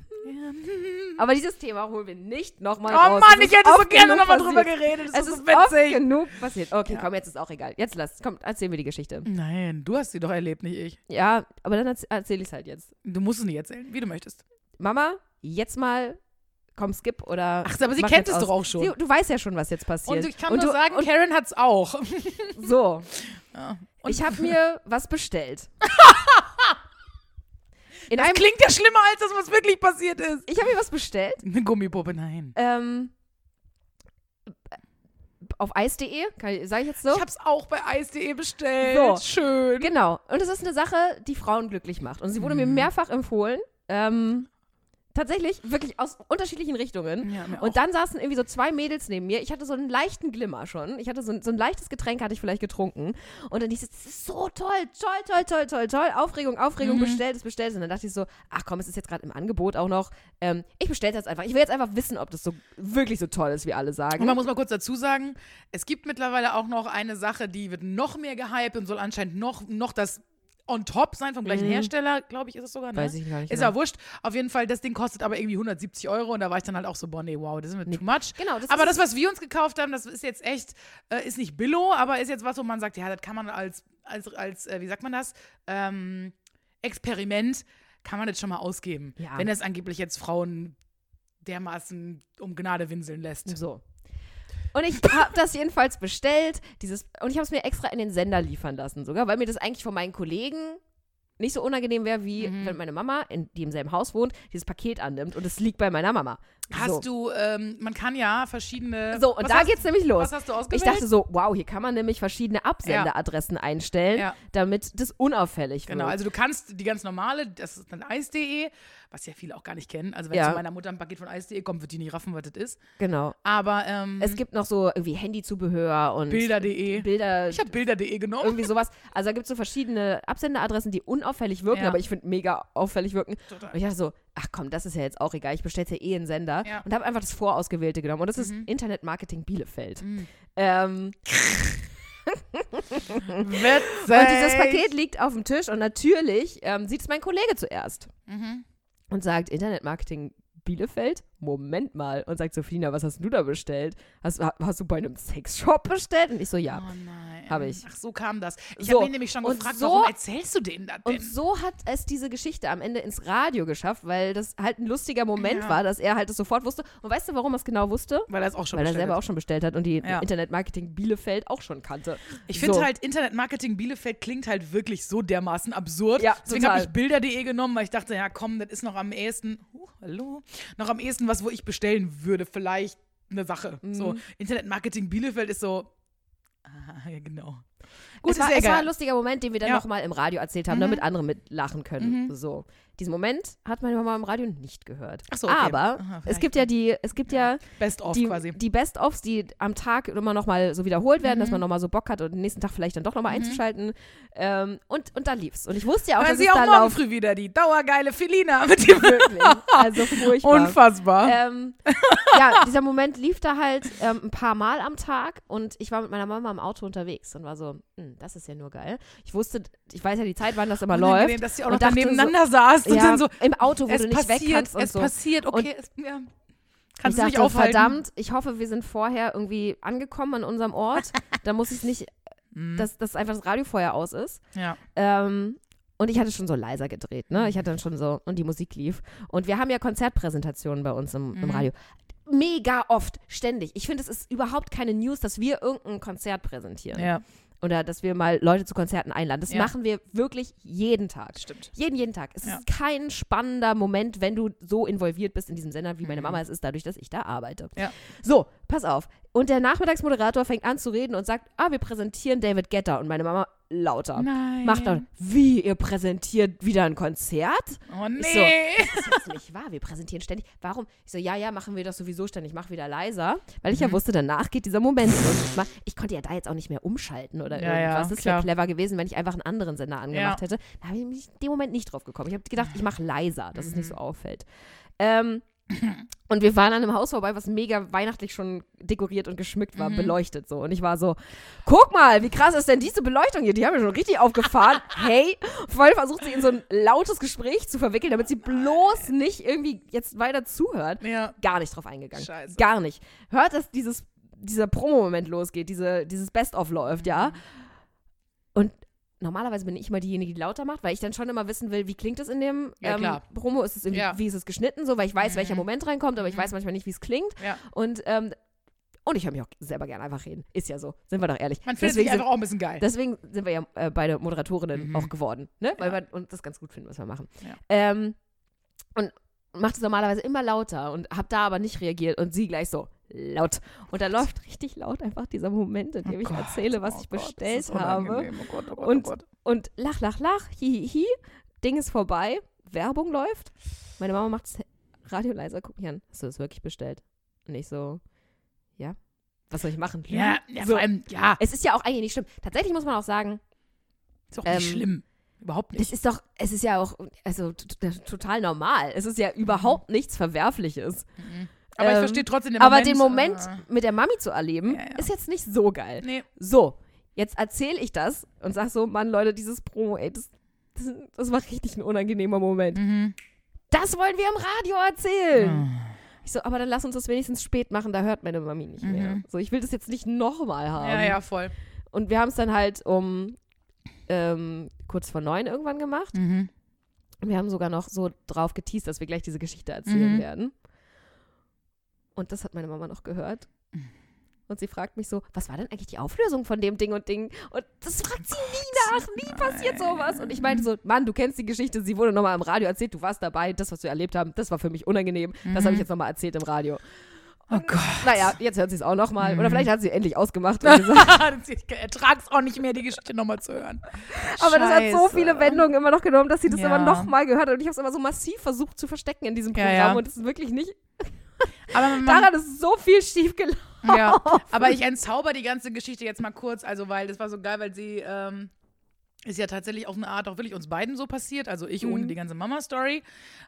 Speaker 1: Aber dieses Thema holen wir nicht nochmal
Speaker 2: Oh
Speaker 1: raus.
Speaker 2: Mann,
Speaker 1: Es
Speaker 2: ich
Speaker 1: ist
Speaker 2: hätte so
Speaker 1: oft
Speaker 2: gerne
Speaker 1: genug
Speaker 2: nochmal drüber
Speaker 1: passiert.
Speaker 2: geredet. Das
Speaker 1: Es
Speaker 2: ist
Speaker 1: ist
Speaker 2: so
Speaker 1: oft
Speaker 2: witzig.
Speaker 1: genug passiert. Okay,
Speaker 2: Ja. Mhm.
Speaker 1: komm, jetzt ist auch egal. Jetzt lass, komm, erzählen wir die Geschichte.
Speaker 2: Nein, du hast sie doch erlebt, nicht ich.
Speaker 1: Ja, aber dann erzähle ich es halt jetzt.
Speaker 2: Du musst es nicht erzählen, wie du möchtest.
Speaker 1: Mama, jetzt mal, komm, skip oder
Speaker 2: Ach, aber sie
Speaker 1: mach
Speaker 2: kennt
Speaker 1: jetzt
Speaker 2: es
Speaker 1: aus.
Speaker 2: doch auch schon.
Speaker 1: Sie, du weißt ja schon, was jetzt passiert.
Speaker 2: Und ich kann
Speaker 1: und
Speaker 2: nur
Speaker 1: du,
Speaker 2: sagen,
Speaker 1: und,
Speaker 2: Karen hat's auch.
Speaker 1: so,
Speaker 2: Ja. Und
Speaker 1: ich habe mir was bestellt. In einem,
Speaker 2: klingt ja schlimmer, als das, was wirklich passiert ist.
Speaker 1: ich habe mir was bestellt.
Speaker 2: Eine Gummipuppe, nein.
Speaker 1: ähm, auf eis.de, sage ich jetzt so.
Speaker 2: Ich hab's auch bei Eis.de bestellt.
Speaker 1: So.
Speaker 2: Schön.
Speaker 1: Genau. Und es ist eine Sache, die Frauen glücklich macht. Und sie wurde mir
Speaker 2: Mhm.
Speaker 1: mehrfach empfohlen. Ähm, tatsächlich, wirklich aus unterschiedlichen Richtungen.
Speaker 2: Ja, mir auch.
Speaker 1: Und dann saßen irgendwie so zwei Mädels neben mir. Ich hatte so einen leichten Glimmer schon. Ich hatte so ein, so ein leichtes Getränk, hatte ich vielleicht getrunken. Und dann hieß es, das ist so toll, toll, toll, toll, toll, toll. Aufregung, Aufregung,
Speaker 2: Mhm.
Speaker 1: bestellt es, bestellt es. Und dann dachte ich so, ach komm, es ist jetzt gerade im Angebot auch noch. Ähm, ich bestelle es jetzt einfach. Ich will jetzt einfach wissen, ob das so wirklich so toll ist, wie alle sagen.
Speaker 2: Und man muss mal kurz dazu sagen, es gibt mittlerweile auch noch eine Sache, die wird noch mehr gehypt und soll anscheinend noch, noch das on top sein vom gleichen Hersteller, glaube Mhm. ich, ist es sogar. Ne?
Speaker 1: Weiß ich gar nicht
Speaker 2: Ist
Speaker 1: genau.
Speaker 2: ja wurscht. Auf jeden Fall, das Ding kostet aber irgendwie 170 Euro und da war ich dann halt auch so, boah, nee, wow, das ist mir too much.
Speaker 1: Genau, das
Speaker 2: aber
Speaker 1: ist-
Speaker 2: das, was wir uns gekauft haben, das ist jetzt echt, äh, ist nicht Billo, aber ist jetzt was, wo man sagt, ja, das kann man als, als, als äh, wie sagt man das, ähm, Experiment, kann man das schon mal ausgeben.
Speaker 1: Ja.
Speaker 2: Wenn das angeblich jetzt Frauen dermaßen um Gnade winseln lässt.
Speaker 1: So. Und ich habe das jedenfalls bestellt. Dieses, und ich habe es mir extra in den Sender liefern lassen sogar, weil mir das eigentlich von meinen Kollegen nicht so unangenehm wäre, wie
Speaker 2: Mhm.
Speaker 1: wenn meine Mama, in, die im selben Haus wohnt, dieses Paket annimmt und es liegt bei meiner Mama.
Speaker 2: Hast
Speaker 1: so.
Speaker 2: du, ähm, man kann ja verschiedene.
Speaker 1: So, und
Speaker 2: Was
Speaker 1: da
Speaker 2: hast-
Speaker 1: geht's nämlich los.
Speaker 2: was hast du ausgewählt?
Speaker 1: Ich dachte so, wow, hier kann man nämlich verschiedene Absenderadressen einstellen,
Speaker 2: Ja.
Speaker 1: damit das unauffällig
Speaker 2: Genau,
Speaker 1: wird.
Speaker 2: also du kannst die ganz normale, das ist dann eis.de, was ja viele auch gar nicht kennen. Also wenn
Speaker 1: Ja.
Speaker 2: zu meiner Mutter ein Paket von eis.de kommt, wird die nie raffen, was das ist.
Speaker 1: genau.
Speaker 2: Aber ähm,
Speaker 1: Es gibt noch so irgendwie Handyzubehör und
Speaker 2: Bilder.de.
Speaker 1: Bilder
Speaker 2: Ich habe Bilder.de genommen.
Speaker 1: irgendwie sowas. Also da gibt es so verschiedene Absenderadressen, die unauffällig wirken,
Speaker 2: Ja.
Speaker 1: aber ich finde mega auffällig wirken.
Speaker 2: Total.
Speaker 1: Und ich dachte so, ach komm, das ist ja jetzt auch egal, ich bestelle ja eh einen Sender
Speaker 2: Ja. Mhm.
Speaker 1: und habe einfach das Vorausgewählte genommen. Und das ist Internetmarketing Bielefeld. Ähm,
Speaker 2: Witzig.
Speaker 1: und dieses Paket liegt auf dem Tisch und natürlich ähm, sieht es mein Kollege zuerst
Speaker 2: Mhm.
Speaker 1: und sagt, Internetmarketing Bielefeld, Moment mal. Und sagt, Sophina, was hast du da bestellt? Hast, ha- hast du bei einem Sexshop bestellt? Und ich so, ja.
Speaker 2: Oh nein.
Speaker 1: Hab ich.
Speaker 2: Ach, so kam das. Ich
Speaker 1: So,
Speaker 2: habe mich nämlich schon
Speaker 1: und
Speaker 2: gefragt,
Speaker 1: so-
Speaker 2: warum erzählst du denen das denn?
Speaker 1: Und so hat es diese Geschichte am Ende ins Radio geschafft, weil das halt ein lustiger Moment
Speaker 2: Ja.
Speaker 1: war, dass er halt es sofort wusste. Und weißt du, warum er es genau wusste?
Speaker 2: weil er es auch schon
Speaker 1: Weil er
Speaker 2: bestellt
Speaker 1: selber
Speaker 2: hat.
Speaker 1: auch schon bestellt hat und die
Speaker 2: Ja.
Speaker 1: Internetmarketing Bielefeld auch schon kannte.
Speaker 2: Ich finde
Speaker 1: So.
Speaker 2: halt, Internetmarketing Bielefeld klingt halt wirklich so dermaßen absurd.
Speaker 1: Ja,
Speaker 2: Deswegen habe ich
Speaker 1: total.
Speaker 2: Bilder.de genommen, weil ich dachte, ja komm, das ist noch am ehesten, huh, hallo, noch am ehesten was, wo ich bestellen würde, vielleicht eine Sache.
Speaker 1: Mhm.
Speaker 2: So, Internetmarketing Bielefeld ist so, ah, ja genau.
Speaker 1: Gut,
Speaker 2: ist
Speaker 1: es, war,
Speaker 2: ja
Speaker 1: es war
Speaker 2: egal.
Speaker 1: ein lustiger Moment, den wir dann
Speaker 2: Ja. Mhm.
Speaker 1: nochmal im Radio erzählt haben, damit andere mitlachen können. So. Diesen Moment hat meine Mama im Radio nicht gehört.
Speaker 2: Ach so, okay.
Speaker 1: Aber
Speaker 2: Aha,
Speaker 1: es
Speaker 2: vielleicht
Speaker 1: gibt ja die, es gibt ja,
Speaker 2: Best of
Speaker 1: die,
Speaker 2: quasi.
Speaker 1: die Best-ofs, die am Tag immer nochmal so wiederholt werden,
Speaker 2: Mhm.
Speaker 1: dass man nochmal so Bock hat und den nächsten Tag vielleicht dann doch nochmal einzuschalten. Ähm, und, und da lief's. Und ich wusste ja auch,
Speaker 2: Hören
Speaker 1: dass
Speaker 2: Sie
Speaker 1: es
Speaker 2: auch
Speaker 1: da
Speaker 2: morgen
Speaker 1: laufen
Speaker 2: früh wieder die dauergeile Felina mit dem
Speaker 1: Wirklich. Also furchtbar.
Speaker 2: Unfassbar.
Speaker 1: ähm, ja, dieser Moment lief da halt ähm, ein paar Mal am Tag und ich war mit meiner Mama im Auto unterwegs und war so, "Hm, das ist ja nur geil. Ich wusste, ich weiß ja die Zeit, wann das immer
Speaker 2: Unangenehm,
Speaker 1: läuft.
Speaker 2: dass sie auch
Speaker 1: und
Speaker 2: noch da
Speaker 1: dachte so-
Speaker 2: nebeneinander saß und
Speaker 1: ja,
Speaker 2: dann so,
Speaker 1: im Auto, wo
Speaker 2: es
Speaker 1: du nicht
Speaker 2: passiert,
Speaker 1: weg kannst und
Speaker 2: es
Speaker 1: so.
Speaker 2: passiert,
Speaker 1: Und
Speaker 2: okay, es, ja. kannst
Speaker 1: ich
Speaker 2: du
Speaker 1: dachte,
Speaker 2: nicht aufhalten.
Speaker 1: verdammt, ich hoffe, wir sind vorher irgendwie angekommen an unserem Ort. da muss ich nicht,
Speaker 2: Mhm.
Speaker 1: dass, dass einfach das Radio vorher aus ist.
Speaker 2: Ja.
Speaker 1: Ähm, und ich hatte schon so leiser gedreht, ne? Ich hatte dann schon so, und die Musik lief. Und wir haben ja Konzertpräsentationen bei uns im, im
Speaker 2: Mhm.
Speaker 1: Radio. Mega oft, ständig. Ich finde, es ist überhaupt keine News, dass wir irgendein Konzert präsentieren.
Speaker 2: ja,
Speaker 1: Oder dass wir mal Leute zu Konzerten einladen. Das
Speaker 2: Ja.
Speaker 1: machen wir wirklich jeden Tag.
Speaker 2: stimmt.
Speaker 1: Jeden, jeden Tag. Es
Speaker 2: Ja.
Speaker 1: ist kein spannender Moment, wenn du so involviert bist in diesem Sender, wie meine Mama es ist, dadurch, dass ich da arbeite.
Speaker 2: Mhm. Ja.
Speaker 1: So, pass auf. Und der Nachmittagsmoderator fängt an zu reden und sagt, ah, wir präsentieren David Getter. Und meine Mama lauter.
Speaker 2: Nein.
Speaker 1: Macht dann, wie, ihr präsentiert wieder ein Konzert?
Speaker 2: Oh nee.
Speaker 1: so, Das ist jetzt nicht wahr, wir präsentieren ständig. Warum? Ich so, ja, ja, machen wir das sowieso ständig, mach wieder leiser. Weil ich
Speaker 2: Mhm.
Speaker 1: ja wusste, danach geht dieser Moment los. Ich mach- Ich konnte ja da jetzt auch nicht mehr umschalten oder
Speaker 2: Ja, ja,
Speaker 1: irgendwas. das wäre
Speaker 2: klar.
Speaker 1: clever gewesen, wenn ich einfach einen anderen Sender angemacht
Speaker 2: Ja.
Speaker 1: hätte. Da habe ich mich in dem Moment nicht drauf gekommen. Ich habe gedacht, ich mache leiser, dass es
Speaker 2: Mhm.
Speaker 1: nicht so auffällt. Ähm, und wir waren an einem Haus vorbei, was mega weihnachtlich schon dekoriert und geschmückt war, beleuchtet so. Und ich war so, guck mal, wie krass ist denn diese Beleuchtung hier? Die haben wir schon richtig aufgefahren. hey, voll versucht sie in so ein lautes Gespräch zu verwickeln, damit sie bloß nicht irgendwie jetzt weiter zuhört.
Speaker 2: Ja.
Speaker 1: Gar nicht drauf eingegangen.
Speaker 2: Scheiße.
Speaker 1: Gar nicht. Hört, dass dieses, dieser Promo-Moment losgeht, diese, dieses Best-of läuft,
Speaker 2: Mhm.
Speaker 1: ja. Und normalerweise bin ich immer diejenige, die lauter macht, weil ich dann schon immer wissen will, wie klingt es in dem
Speaker 2: Ja,
Speaker 1: ähm,
Speaker 2: klar.
Speaker 1: Promo, ist es irgendwie,
Speaker 2: Ja. Mhm.
Speaker 1: wie ist es geschnitten, so, weil ich weiß, welcher Moment reinkommt, aber ich weiß manchmal nicht, wie es klingt.
Speaker 2: Ja.
Speaker 1: Und, ähm, und ich höre mich auch selber gerne einfach reden. Ist ja so, sind wir doch ehrlich.
Speaker 2: Man findet
Speaker 1: Deswegen
Speaker 2: sich
Speaker 1: sind-
Speaker 2: einfach auch ein bisschen geil.
Speaker 1: Deswegen sind wir ja äh, beide Moderatorinnen
Speaker 2: Mhm.
Speaker 1: auch geworden, ne? Weil
Speaker 2: Ja.
Speaker 1: wir uns das ganz gut finden, was wir machen.
Speaker 2: Ja.
Speaker 1: Ähm, und macht es normalerweise immer lauter und hab da aber nicht reagiert und sie gleich so laut. Und da
Speaker 2: Oh
Speaker 1: läuft richtig laut einfach dieser Moment, in dem ich erzähle, was ich bestellt habe.
Speaker 2: Oh
Speaker 1: Und- Und lach, lach, lach, hi, hi, hi. Ding ist vorbei, Werbung läuft. Meine Mama macht das Radio leiser, guck mich an. Hast du das wirklich bestellt? Und ich so, ja. Was soll ich machen?
Speaker 2: ja, ja
Speaker 1: so.
Speaker 2: vor allem, ja,
Speaker 1: Es ist ja auch eigentlich nicht schlimm. Tatsächlich muss man auch sagen,
Speaker 2: ist auch nicht
Speaker 1: Ähm,
Speaker 2: schlimm. Überhaupt nicht.
Speaker 1: Das ist doch, es ist ja auch, also t- t- total normal. Es ist ja überhaupt nichts Verwerfliches.
Speaker 2: Mhm. Aber ich
Speaker 1: ähm,
Speaker 2: verstehe trotzdem den
Speaker 1: Aber
Speaker 2: Moment.
Speaker 1: den Moment
Speaker 2: äh,
Speaker 1: mit der Mami zu erleben,
Speaker 2: Ja, ja.
Speaker 1: ist jetzt nicht so geil.
Speaker 2: Äh, nee,
Speaker 1: So, jetzt erzähle ich das und sag so, Mann, Leute, dieses Promo, ey, das, das, das war richtig ein unangenehmer Moment.
Speaker 2: Mhm.
Speaker 1: Das wollen wir im Radio erzählen. Ich so, aber dann lass uns das wenigstens spät machen, da hört meine Mami nicht mehr. So, ich will das jetzt nicht nochmal haben.
Speaker 2: Mhm. ja, ja, voll.
Speaker 1: Und wir haben es dann halt um ähm, kurz vor neun irgendwann gemacht. Und wir haben sogar noch so drauf geteased, dass wir gleich diese Geschichte erzählen
Speaker 2: Mhm.
Speaker 1: werden. Und das hat meine Mama noch gehört. und sie fragt mich so, was war denn eigentlich die Auflösung von dem Ding und Ding? Und das fragt sie nie nach, nie passiert sowas. Und ich meinte so, Mann, du kennst die Geschichte, sie wurde nochmal im Radio erzählt, du warst dabei, das, was wir erlebt haben, das war für mich unangenehm, das habe ich jetzt nochmal erzählt im Radio.
Speaker 2: Oh Gott.
Speaker 1: Naja, jetzt hört sie es auch nochmal. Oder vielleicht hat sie endlich ausgemacht. Und gesagt,
Speaker 2: ich ertrag's auch nicht mehr, die Geschichte nochmal zu hören.
Speaker 1: aber das hat so
Speaker 2: Scheiße.
Speaker 1: viele Wendungen immer noch genommen, dass sie das
Speaker 2: Ja.
Speaker 1: immer nochmal gehört hat. Und ich habe es immer so massiv versucht zu verstecken in diesem
Speaker 2: Ja,
Speaker 1: Programm.
Speaker 2: ja.
Speaker 1: Und es ist wirklich nicht.
Speaker 2: Aber man,
Speaker 1: Daran ist so viel schief gelaufen.
Speaker 2: Ja,
Speaker 1: Oh.
Speaker 2: aber ich entzauber die ganze Geschichte jetzt mal kurz, also weil das war so geil, weil sie ähm, ist ja tatsächlich auf eine Art auch wirklich uns beiden so passiert, also ich
Speaker 1: Mhm.
Speaker 2: ohne die ganze Mama-Story,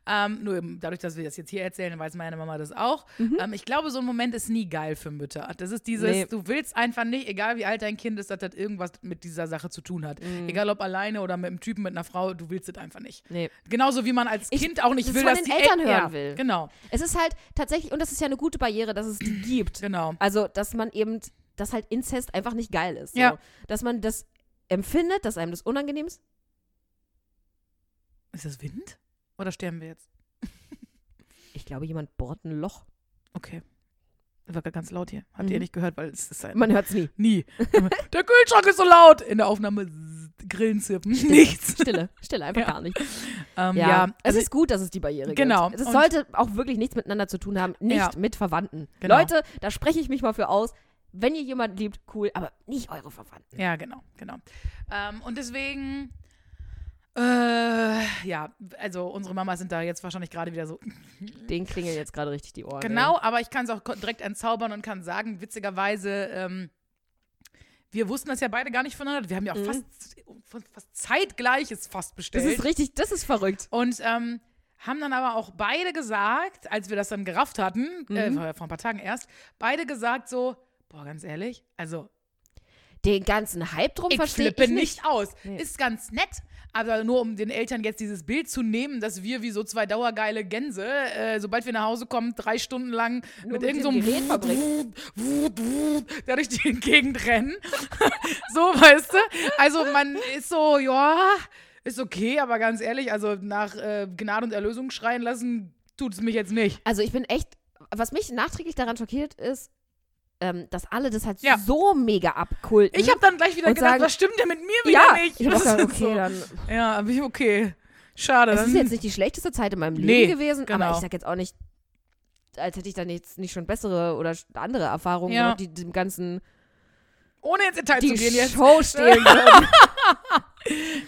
Speaker 2: ähm, nur eben dadurch, dass wir das jetzt hier erzählen, weiß meine Mama das auch. Ähm, ich glaube, so ein Moment ist nie geil für Mütter. Das ist dieses,
Speaker 1: Mhm. Nee.
Speaker 2: du willst einfach nicht, egal wie alt dein Kind ist, dass das irgendwas mit dieser Sache zu tun hat.
Speaker 1: Mhm.
Speaker 2: Egal ob alleine oder mit einem Typen, mit einer Frau, du willst das einfach nicht.
Speaker 1: Nee.
Speaker 2: Genauso wie man als
Speaker 1: Ich-
Speaker 2: Kind auch nicht
Speaker 1: das
Speaker 2: will,
Speaker 1: von
Speaker 2: dass
Speaker 1: den
Speaker 2: die
Speaker 1: Eltern
Speaker 2: El-
Speaker 1: hören
Speaker 2: ja,
Speaker 1: will.
Speaker 2: Genau,
Speaker 1: Es ist halt tatsächlich, und das ist ja eine gute Barriere, dass es die gibt.
Speaker 2: genau.
Speaker 1: Also, dass man eben, dass halt Inzest einfach nicht geil ist. So.
Speaker 2: Ja.
Speaker 1: Dass man das empfindet, dass einem das unangenehm ist.
Speaker 2: Ist das Wind? Oder sterben wir jetzt?
Speaker 1: Ich glaube, jemand bohrt ein Loch.
Speaker 2: Okay. War gar ganz laut hier. Habt
Speaker 1: Mhm.
Speaker 2: ihr nicht gehört, weil es ist ein.
Speaker 1: Man hört es nie.
Speaker 2: nie. Der Kühlschrank ist so laut. In der Aufnahme zzz, Grillen zirpen. Nichts.
Speaker 1: Stille, Stille, einfach
Speaker 2: Ja.
Speaker 1: gar nichts.
Speaker 2: Ähm,
Speaker 1: Ja,
Speaker 2: ja.
Speaker 1: es
Speaker 2: also,
Speaker 1: ist gut, dass es die Barriere
Speaker 2: Genau.
Speaker 1: gibt. Es
Speaker 2: Und-
Speaker 1: sollte auch wirklich nichts miteinander zu tun haben, nicht
Speaker 2: Ja.
Speaker 1: mit Verwandten.
Speaker 2: Genau.
Speaker 1: Leute, da spreche ich mich mal für aus. Wenn ihr jemanden liebt, cool, aber nicht eure Verwandten.
Speaker 2: ja, genau, genau. Ähm, und deswegen. Äh, ja, also unsere Mamas sind da jetzt wahrscheinlich gerade wieder so.
Speaker 1: Den klingeln jetzt gerade richtig die Ohren.
Speaker 2: Genau, aber ich kann es auch ko- direkt entzaubern und kann sagen, witzigerweise, ähm, wir wussten das ja beide gar nicht voneinander. Wir haben ja auch fast, fast zeitgleiches fast
Speaker 1: Das
Speaker 2: bestellt.
Speaker 1: ist richtig, das ist verrückt.
Speaker 2: Und ähm, haben dann aber auch beide gesagt, als wir das dann gerafft hatten, äh, vor vor ein paar Tagen erst, beide gesagt so, boah, ganz ehrlich, also
Speaker 1: Den ganzen Hype drum
Speaker 2: ich
Speaker 1: verstehe ich
Speaker 2: flippe
Speaker 1: nicht.
Speaker 2: nicht aus.
Speaker 1: Nee.
Speaker 2: Ist ganz nett, aber nur um den Eltern jetzt dieses Bild zu nehmen, dass wir wie so zwei dauergeile Gänse, äh, sobald wir nach Hause kommen, drei Stunden lang
Speaker 1: Nur
Speaker 2: mit,
Speaker 1: mit dem
Speaker 2: irgendeinem
Speaker 1: Gerät
Speaker 2: Wut,
Speaker 1: verbringen.
Speaker 2: Wut, Wut, da durch die Gegend rennen. so, weißt du? Also man ist so, ja, ist okay, aber ganz ehrlich, also nach äh, Gnade und Erlösung schreien lassen, tut es mich jetzt nicht.
Speaker 1: Also ich bin echt, was mich nachträglich daran schockiert ist, ähm, dass alle das halt
Speaker 2: Ja.
Speaker 1: so mega abkulten.
Speaker 2: Ich habe dann gleich wieder
Speaker 1: Und
Speaker 2: gedacht,
Speaker 1: sagen-
Speaker 2: was stimmt denn mit mir wieder
Speaker 1: ja,
Speaker 2: nicht?
Speaker 1: ich hab auch
Speaker 2: Das
Speaker 1: gesagt, okay,
Speaker 2: ist so.
Speaker 1: dann.
Speaker 2: Ja, bin ich okay. Schade.
Speaker 1: Es
Speaker 2: dann,
Speaker 1: ist jetzt nicht die schlechteste Zeit in meinem
Speaker 2: Ähm, Nee,
Speaker 1: Leben gewesen, aber
Speaker 2: genau.
Speaker 1: ich sag jetzt auch nicht, als hätte ich dann jetzt nicht schon bessere oder andere Erfahrungen
Speaker 2: Ja.
Speaker 1: gemacht, die dem ganzen
Speaker 2: ohne ins Detail zu
Speaker 1: die
Speaker 2: gehen jetzt.
Speaker 1: Show stehlen würden.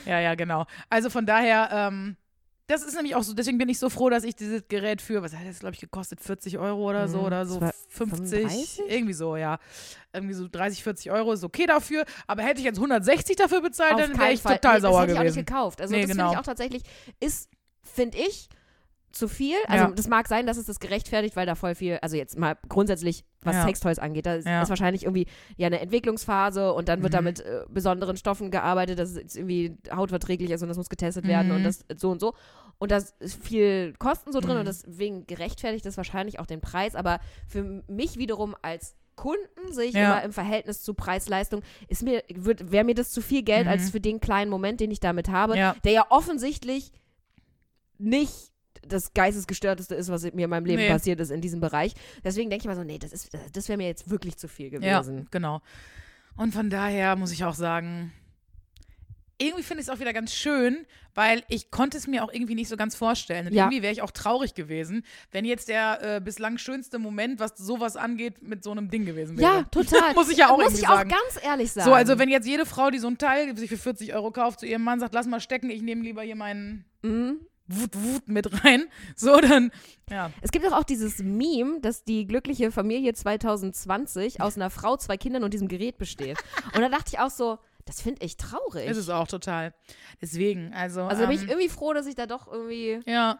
Speaker 2: Ja, ja, genau. Also von daher, ähm, das ist nämlich auch so, deswegen bin ich so froh, dass ich dieses Gerät für, was hat das, glaube ich, gekostet? 40 Euro oder so
Speaker 1: Mhm,
Speaker 2: oder so
Speaker 1: zwei-
Speaker 2: 50,
Speaker 1: 35?
Speaker 2: irgendwie so, ja. Irgendwie so 30, 40 Euro ist okay dafür, aber hätte ich jetzt 160 dafür bezahlt,
Speaker 1: Auf
Speaker 2: dann wäre
Speaker 1: keinen
Speaker 2: ich
Speaker 1: Fall.
Speaker 2: total
Speaker 1: nee, das
Speaker 2: sauer
Speaker 1: hätte ich auch
Speaker 2: gewesen.
Speaker 1: nicht gekauft. Also
Speaker 2: Nee,
Speaker 1: das
Speaker 2: genau.
Speaker 1: finde ich auch tatsächlich, ist, finde ich, zu viel. Also
Speaker 2: Ja.
Speaker 1: das mag sein, dass es das gerechtfertigt, weil da voll viel, also jetzt mal grundsätzlich, was
Speaker 2: Ja.
Speaker 1: Sextoys angeht, da ist,
Speaker 2: Ja. Mhm.
Speaker 1: ist wahrscheinlich irgendwie ja eine Entwicklungsphase und dann wird da mit äh, besonderen Stoffen gearbeitet, dass es jetzt irgendwie hautverträglich ist und das muss getestet werden und
Speaker 2: Mhm.
Speaker 1: das so und so. Und da ist viel Kosten so drin und deswegen gerechtfertigt das wahrscheinlich auch den Preis, aber für mich wiederum als Kunden sehe ich
Speaker 2: Ja.
Speaker 1: immer im Verhältnis zu Preis-Leistung, ist mir, wäre mir das zu viel Geld als für den kleinen Moment, den ich damit habe,
Speaker 2: Mhm. Ja.
Speaker 1: der ja offensichtlich nicht das geistesgestörteste ist, was mir in meinem Leben
Speaker 2: Nee.
Speaker 1: passiert ist in diesem Bereich. Deswegen denke ich mal so, nee, das ist, das, das wäre mir jetzt wirklich zu viel
Speaker 2: Ja,
Speaker 1: gewesen.
Speaker 2: genau. Und von daher muss ich auch sagen, irgendwie finde ich es auch wieder ganz schön, weil ich konnte es mir auch irgendwie nicht so ganz vorstellen. Und
Speaker 1: Ja.
Speaker 2: irgendwie wäre ich auch traurig gewesen, wenn jetzt der äh, bislang schönste Moment, was sowas angeht, mit so einem Ding gewesen wäre.
Speaker 1: Ja, total.
Speaker 2: Muss ich ja auch
Speaker 1: Muss
Speaker 2: irgendwie
Speaker 1: ich auch
Speaker 2: sagen.
Speaker 1: ganz ehrlich sagen.
Speaker 2: So, also wenn jetzt jede Frau, die so ein Teil sich für 40 Euro kauft, zu ihrem Mann sagt, lass mal stecken, ich nehme lieber hier meinen
Speaker 1: Mhm.
Speaker 2: Wut, Wut mit rein. So, dann, ja.
Speaker 1: Es gibt doch auch dieses Meme, dass die glückliche Familie 2020 aus einer Frau, zwei Kindern und diesem Gerät besteht. Und da dachte ich auch so, das finde ich traurig.
Speaker 2: Ist es auch total. Deswegen, also.
Speaker 1: also bin ich
Speaker 2: ähm,
Speaker 1: irgendwie froh, dass ich da doch irgendwie,
Speaker 2: ja.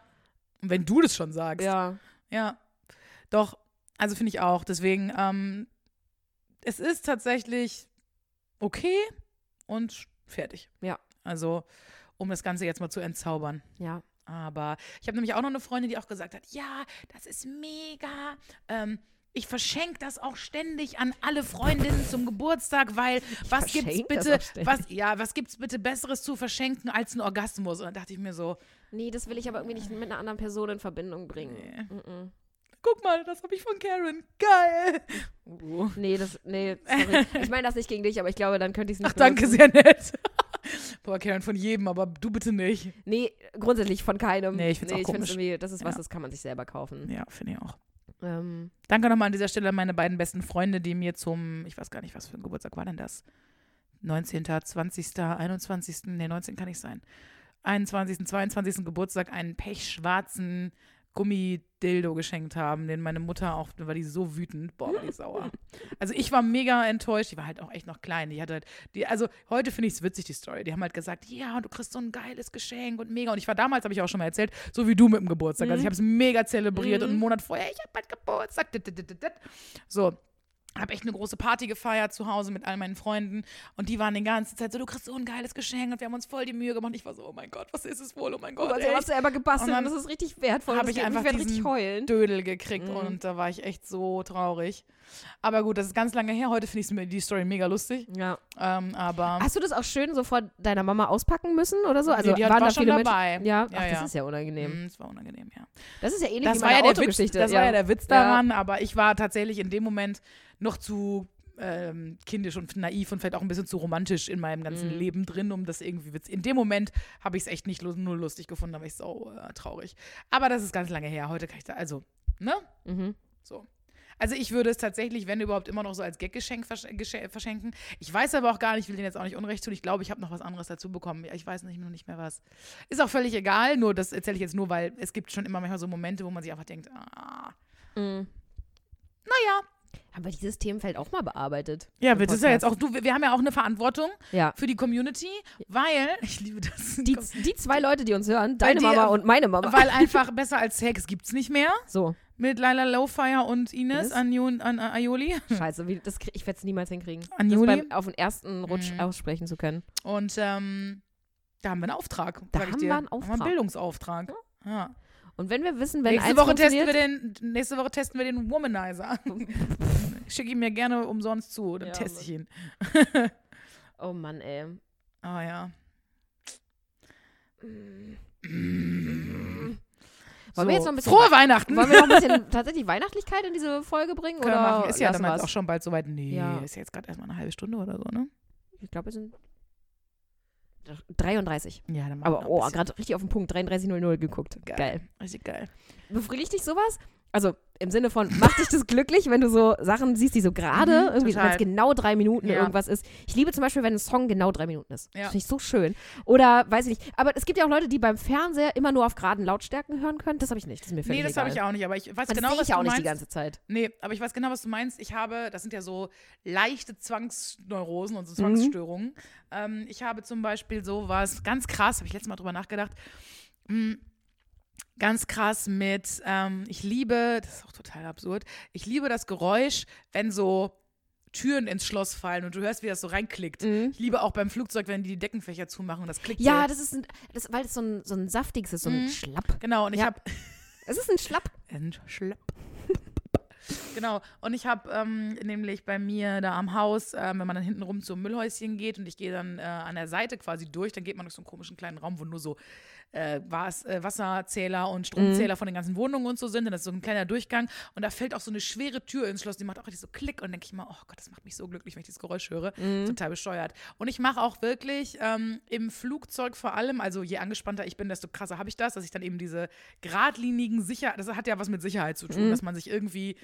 Speaker 2: Und wenn du das schon sagst.
Speaker 1: ja,
Speaker 2: Ja, doch. Also finde ich auch. Deswegen, ähm, es ist tatsächlich okay und fertig.
Speaker 1: Ja.
Speaker 2: Also, um das Ganze jetzt mal zu entzaubern.
Speaker 1: ja.
Speaker 2: Aber ich habe nämlich auch noch eine Freundin, die auch gesagt hat, ja, das ist mega. Ähm, ich verschenke das auch ständig an alle Freundinnen zum Geburtstag, weil was gibt's
Speaker 1: verschenk das
Speaker 2: bitte,
Speaker 1: auch ständig.
Speaker 2: was, ja, was gibt's bitte Besseres zu verschenken als einen Orgasmus? Und dann dachte ich mir so,
Speaker 1: Nee, das will ich aber irgendwie nicht mit einer anderen Person in Verbindung bringen.
Speaker 2: Nee.
Speaker 1: Mm -mm.
Speaker 2: guck mal, das habe ich von Karen. Geil. Oh.
Speaker 1: Nee, das, nee, sorry. Ich meine das nicht gegen dich, aber ich glaube, dann könnte ich es nicht
Speaker 2: Ach, danke,
Speaker 1: benutzen.
Speaker 2: sehr nett. Boah, Karen, von jedem, aber du bitte nicht.
Speaker 1: Nee, grundsätzlich von keinem.
Speaker 2: Nee, ich find's auch
Speaker 1: ich find's
Speaker 2: komisch.
Speaker 1: irgendwie, das ist was,
Speaker 2: Ja.
Speaker 1: das kann man sich selber kaufen.
Speaker 2: Ja, finde ich auch.
Speaker 1: Ähm,
Speaker 2: Danke nochmal an dieser Stelle an meine beiden besten Freunde, die mir zum, ich weiß gar nicht, was für ein Geburtstag war denn das? 19., 20., 21., nee, 19 kann nicht sein. 21., 22. Geburtstag einen pechschwarzen Gummidildo geschenkt haben, den meine Mutter auch, da war die so wütend, boah, war die sauer. Also ich war mega enttäuscht, die war halt auch echt noch klein. Die hatte halt, die, also heute finde ich es witzig, die Story. Die haben halt gesagt, ja, du kriegst so ein geiles Geschenk und mega. Und ich war damals, habe ich auch schon mal erzählt, so wie du mit dem Geburtstag. Also ich habe es mega zelebriert und einen Monat vorher, ich habe bald Geburtstag. dit, dit, dit, dit, dit. So, habe echt eine große Party gefeiert zu Hause mit all meinen Freunden und die waren die ganze Zeit so, du kriegst so ein geiles Geschenk und wir haben uns voll die Mühe gemacht. Ich war so, oh mein Gott, was ist es wohl? Oh mein
Speaker 1: du
Speaker 2: Gott,
Speaker 1: hast ja was
Speaker 2: echt?
Speaker 1: selber gebastelt
Speaker 2: Und
Speaker 1: und,
Speaker 2: dann
Speaker 1: das ist richtig wertvoll.
Speaker 2: habe
Speaker 1: Das
Speaker 2: ich
Speaker 1: geht-
Speaker 2: einfach
Speaker 1: ich werde richtig
Speaker 2: diesen
Speaker 1: heulen.
Speaker 2: Dödel gekriegt
Speaker 1: Mhm.
Speaker 2: und da war ich echt so traurig. Aber gut, das ist ganz lange her. Heute finde ich die Story mega lustig.
Speaker 1: Ja.
Speaker 2: Ähm, aber
Speaker 1: Hast du das auch schön so vor deiner Mama auspacken müssen oder so? Also
Speaker 2: Nee, die hat-
Speaker 1: waren
Speaker 2: war
Speaker 1: da
Speaker 2: schon
Speaker 1: viele Menschen-
Speaker 2: dabei.
Speaker 1: Ja,
Speaker 2: Ja,
Speaker 1: ach, das
Speaker 2: ja.
Speaker 1: ist ja unangenehm.
Speaker 2: mh, es war unangenehm, ja.
Speaker 1: Das ist ja ähnlich
Speaker 2: Das
Speaker 1: wie
Speaker 2: war
Speaker 1: meine
Speaker 2: ja, der Witz,
Speaker 1: Autogeschichte.
Speaker 2: das war ja der Witz
Speaker 1: Ja.
Speaker 2: daran, aber ich war tatsächlich in dem Moment noch zu ähm, kindisch und naiv und vielleicht auch ein bisschen zu romantisch in meinem ganzen
Speaker 1: Mhm.
Speaker 2: Leben drin, um das irgendwie Witz. In dem Moment habe ich es echt nicht lu- nur lustig gefunden, aber ich so äh, traurig. Aber das ist ganz lange her. Heute kann ich da, also, ne?
Speaker 1: Mhm.
Speaker 2: So. Also ich würde es tatsächlich, wenn überhaupt, immer noch so als Gaggeschenk versch gesche- verschenken. Ich weiß aber auch gar nicht, ich will denen jetzt auch nicht Unrecht tun. Ich glaube, ich habe noch was anderes dazu bekommen. Ich weiß nicht, noch nicht mehr was. Ist auch völlig egal, nur das erzähle ich jetzt nur, weil es gibt schon immer manchmal so Momente, wo man sich einfach denkt, ah.
Speaker 1: Mhm.
Speaker 2: Naja.
Speaker 1: Haben wir dieses Themenfeld auch mal bearbeitet?
Speaker 2: Ja,
Speaker 1: im
Speaker 2: wir, das ist ja
Speaker 1: Podcast?
Speaker 2: jetzt auch, du, wir wir haben ja auch eine Verantwortung
Speaker 1: Ja.
Speaker 2: für die Community, weil, ich liebe das,
Speaker 1: Die, die zwei Leute, die uns hören,
Speaker 2: Weil
Speaker 1: deine
Speaker 2: die,
Speaker 1: Mama
Speaker 2: äh,
Speaker 1: und meine Mama.
Speaker 2: weil einfach besser als Sex gibt es nicht mehr.
Speaker 1: so,
Speaker 2: Mit Laila Lowfire und Ines
Speaker 1: Ines?
Speaker 2: an, Jun, an, an Aioli.
Speaker 1: scheiße, wie, das, krieg- ich werde es niemals hinkriegen,
Speaker 2: An
Speaker 1: das
Speaker 2: Juli?
Speaker 1: beim, auf den ersten Rutsch
Speaker 2: Mhm.
Speaker 1: aussprechen zu können.
Speaker 2: Und ähm, da haben wir einen Auftrag.
Speaker 1: Da
Speaker 2: sag ich
Speaker 1: haben
Speaker 2: dir.
Speaker 1: wir einen
Speaker 2: Haben wir
Speaker 1: Auftrag.
Speaker 2: einen Hm? Bildungsauftrag. Ja.
Speaker 1: Und wenn wir wissen, wenn
Speaker 2: nächste,
Speaker 1: eins
Speaker 2: Woche testen wir
Speaker 1: funktioniert-
Speaker 2: den, nächste Woche testen wir den Womanizer. Schicke ihn mir gerne umsonst zu, dann
Speaker 1: Ja,
Speaker 2: teste ich ihn.
Speaker 1: Oh Mann, ey.
Speaker 2: Ah ja.
Speaker 1: Mm. Wollen wir jetzt noch ein bisschen-
Speaker 2: Frohe Weihnachten!
Speaker 1: Wollen wir noch ein bisschen tatsächlich Weihnachtlichkeit in diese Folge bringen?
Speaker 2: Können wir
Speaker 1: oder
Speaker 2: machen. Ist ja
Speaker 1: lassen
Speaker 2: dann jetzt
Speaker 1: wir's?
Speaker 2: auch schon bald soweit. Nee,
Speaker 1: Ja.
Speaker 2: ist ja jetzt gerade erstmal eine halbe Stunde oder so, ne?
Speaker 1: Ich glaube, es sind 33.
Speaker 2: Ja, dann machen wir
Speaker 1: Aber
Speaker 2: noch
Speaker 1: oh,
Speaker 2: ein bisschen.
Speaker 1: gerade richtig auf den Punkt 33.00 geguckt.
Speaker 2: Geil.
Speaker 1: Geil.
Speaker 2: Richtig geil.
Speaker 1: Befriedigt dich sowas? Also im Sinne von, macht dich das glücklich, wenn du so Sachen siehst, die so gerade,
Speaker 2: Mhm,
Speaker 1: irgendwie, wenn
Speaker 2: total.
Speaker 1: es genau drei Minuten
Speaker 2: Ja.
Speaker 1: irgendwas ist. Ich liebe zum Beispiel, wenn ein Song genau drei Minuten ist.
Speaker 2: Ja.
Speaker 1: Das finde ich so schön. Oder, weiß ich nicht, aber es gibt ja auch Leute, die beim Fernseher immer nur auf geraden Lautstärken hören können. Das habe ich nicht. Das ist mir völlig
Speaker 2: Nee, das habe ich
Speaker 1: auch.
Speaker 2: auch nicht, aber ich weiß
Speaker 1: Das
Speaker 2: genau,
Speaker 1: sehe
Speaker 2: was
Speaker 1: ich
Speaker 2: du
Speaker 1: auch nicht
Speaker 2: meinst.
Speaker 1: die ganze Zeit.
Speaker 2: Nee, aber ich weiß genau, was du meinst. Ich habe, das sind ja so leichte Zwangsneurosen
Speaker 1: Mhm.
Speaker 2: und so Zwangsstörungen. Ähm, ich habe zum Beispiel sowas ganz krass, habe ich letztes Mal drüber nachgedacht. mm, Ganz krass mit, ähm, ich liebe, das ist auch total absurd, ich liebe das Geräusch, wenn so Türen ins Schloss fallen und du hörst, wie das so reinklickt. Ich liebe auch beim Flugzeug, wenn die die Deckenfächer zumachen und das klickt.
Speaker 1: Mhm. Ja,
Speaker 2: so.
Speaker 1: das ist ein, das, weil es so ein, so ein saftiges ist, so ein
Speaker 2: Mhm.
Speaker 1: Schlapp.
Speaker 2: genau. Und ich
Speaker 1: Ja.
Speaker 2: habe
Speaker 1: Es ist ein Schlapp.
Speaker 2: Entschlepp. genau. Und ich habe ähm, nämlich bei mir da am Haus, ähm, wenn man dann hinten rum zum Müllhäuschen geht und ich gehe dann äh, an der Seite quasi durch, dann geht man durch so einen komischen kleinen Raum, wo nur so äh, Was äh, Wasserzähler und Stromzähler von den ganzen Wohnungen und so sind. Und das ist so ein kleiner Durchgang. Und da fällt auch so eine schwere Tür ins Schloss. Die macht auch richtig so Klick. Und denke ich mal, oh Gott, das macht mich so glücklich, wenn ich dieses Geräusch höre. Total besteuert. Und ich mache auch wirklich ähm, im Flugzeug vor allem, also je angespannter ich bin, desto krasser habe ich das, dass ich dann eben diese geradlinigen Sicher, das hat ja was mit Sicherheit zu tun, dass man sich irgendwie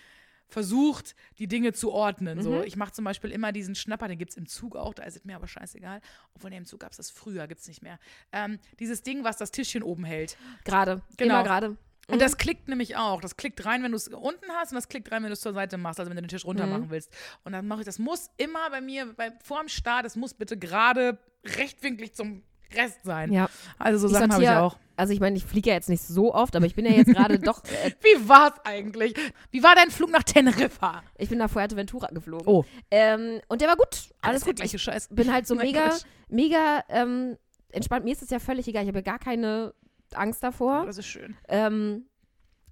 Speaker 2: versucht, die Dinge zu ordnen.
Speaker 1: Mhm.
Speaker 2: So, ich mache zum Beispiel immer diesen Schnapper, den gibt es im Zug auch, da ist es mir aber scheißegal. Obwohl, nee, im Zug gab es das früher, gibt es nicht mehr. Ähm, dieses Ding, was das Tischchen oben hält.
Speaker 1: Gerade.
Speaker 2: Genau.
Speaker 1: Immer gerade.
Speaker 2: Und das klickt nämlich auch. Das klickt rein, wenn du es unten hast und das klickt rein, wenn du es zur Seite machst, also wenn du den Tisch
Speaker 1: Mhm.
Speaker 2: runter machen willst. Und dann mache ich, das muss immer bei mir, bei, vorm Start, das muss bitte gerade rechtwinklig zum Rest sein.
Speaker 1: Ja.
Speaker 2: Also so Sachen habe ich
Speaker 1: sortiere-
Speaker 2: auch.
Speaker 1: Also ich meine, ich fliege ja jetzt nicht so oft, aber ich bin ja jetzt gerade doch, äh,
Speaker 2: Wie war's eigentlich? Wie war dein Flug nach Teneriffa?
Speaker 1: ich bin nach Fuerteventura geflogen.
Speaker 2: Oh.
Speaker 1: Ähm, und der war gut. Alles
Speaker 2: der
Speaker 1: gut.
Speaker 2: Gleiche
Speaker 1: Ich
Speaker 2: Scheiß.
Speaker 1: bin halt so
Speaker 2: Mein
Speaker 1: mega,
Speaker 2: Gott.
Speaker 1: mega ähm, entspannt. Mir ist es ja völlig egal. Ich habe ja gar keine Angst
Speaker 2: Oh,
Speaker 1: davor.
Speaker 2: das ist schön.
Speaker 1: Ähm,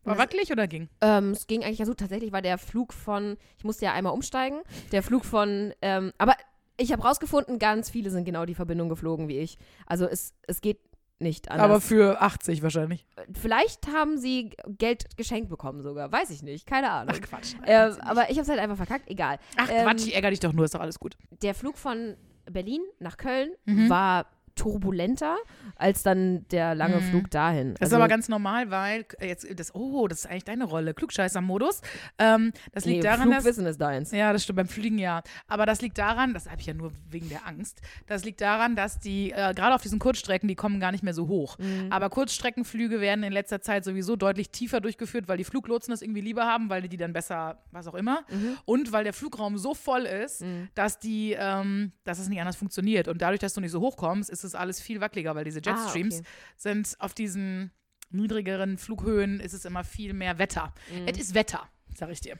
Speaker 2: War
Speaker 1: Das-
Speaker 2: wackelig oder ging?
Speaker 1: ähm, es ging eigentlich ja so. Tatsächlich war der Flug von, ich musste ja einmal umsteigen, der Flug von, ähm, aber ich habe rausgefunden, ganz viele sind genau die Verbindung geflogen wie ich. Also es, es geht nicht anders.
Speaker 2: Aber für 80 wahrscheinlich.
Speaker 1: Vielleicht haben sie Geld geschenkt bekommen sogar. Weiß ich nicht. Keine Ahnung.
Speaker 2: Ach Quatsch.
Speaker 1: Ähm, aber ich habe es halt einfach verkackt. Egal.
Speaker 2: Ach
Speaker 1: ähm,
Speaker 2: Quatsch, ich ärgere dich doch nur, ist doch alles gut.
Speaker 1: Der Flug von Berlin nach Köln
Speaker 2: Mhm.
Speaker 1: war turbulenter als dann der lange
Speaker 2: Mhm.
Speaker 1: Flug dahin. Also,
Speaker 2: Das ist aber ganz normal, weil äh, jetzt das, oh, das ist eigentlich deine Rolle, Klugscheißer-Modus. Ähm, das liegt
Speaker 1: nee,
Speaker 2: daran, dass
Speaker 1: Flugwissen ist deins.
Speaker 2: Ja, das stimmt, beim Fliegen ja. Aber das liegt daran, das habe ich ja nur wegen der Angst, das liegt daran, dass die, äh, gerade auf diesen Kurzstrecken, die kommen gar nicht mehr so hoch. Aber Kurzstreckenflüge werden in letzter Zeit sowieso deutlich tiefer durchgeführt, weil die Fluglotsen das irgendwie lieber haben, weil die dann besser, was auch immer. Und weil der Flugraum so voll ist, dass die, ähm, dass es nicht anders funktioniert. Und dadurch, dass du nicht so hoch kommst, ist es alles viel wackeliger, weil diese Jetstreams
Speaker 1: okay.
Speaker 2: sind auf diesen niedrigeren Flughöhen ist es immer viel mehr Wetter. Es ist Wetter, sag ich dir.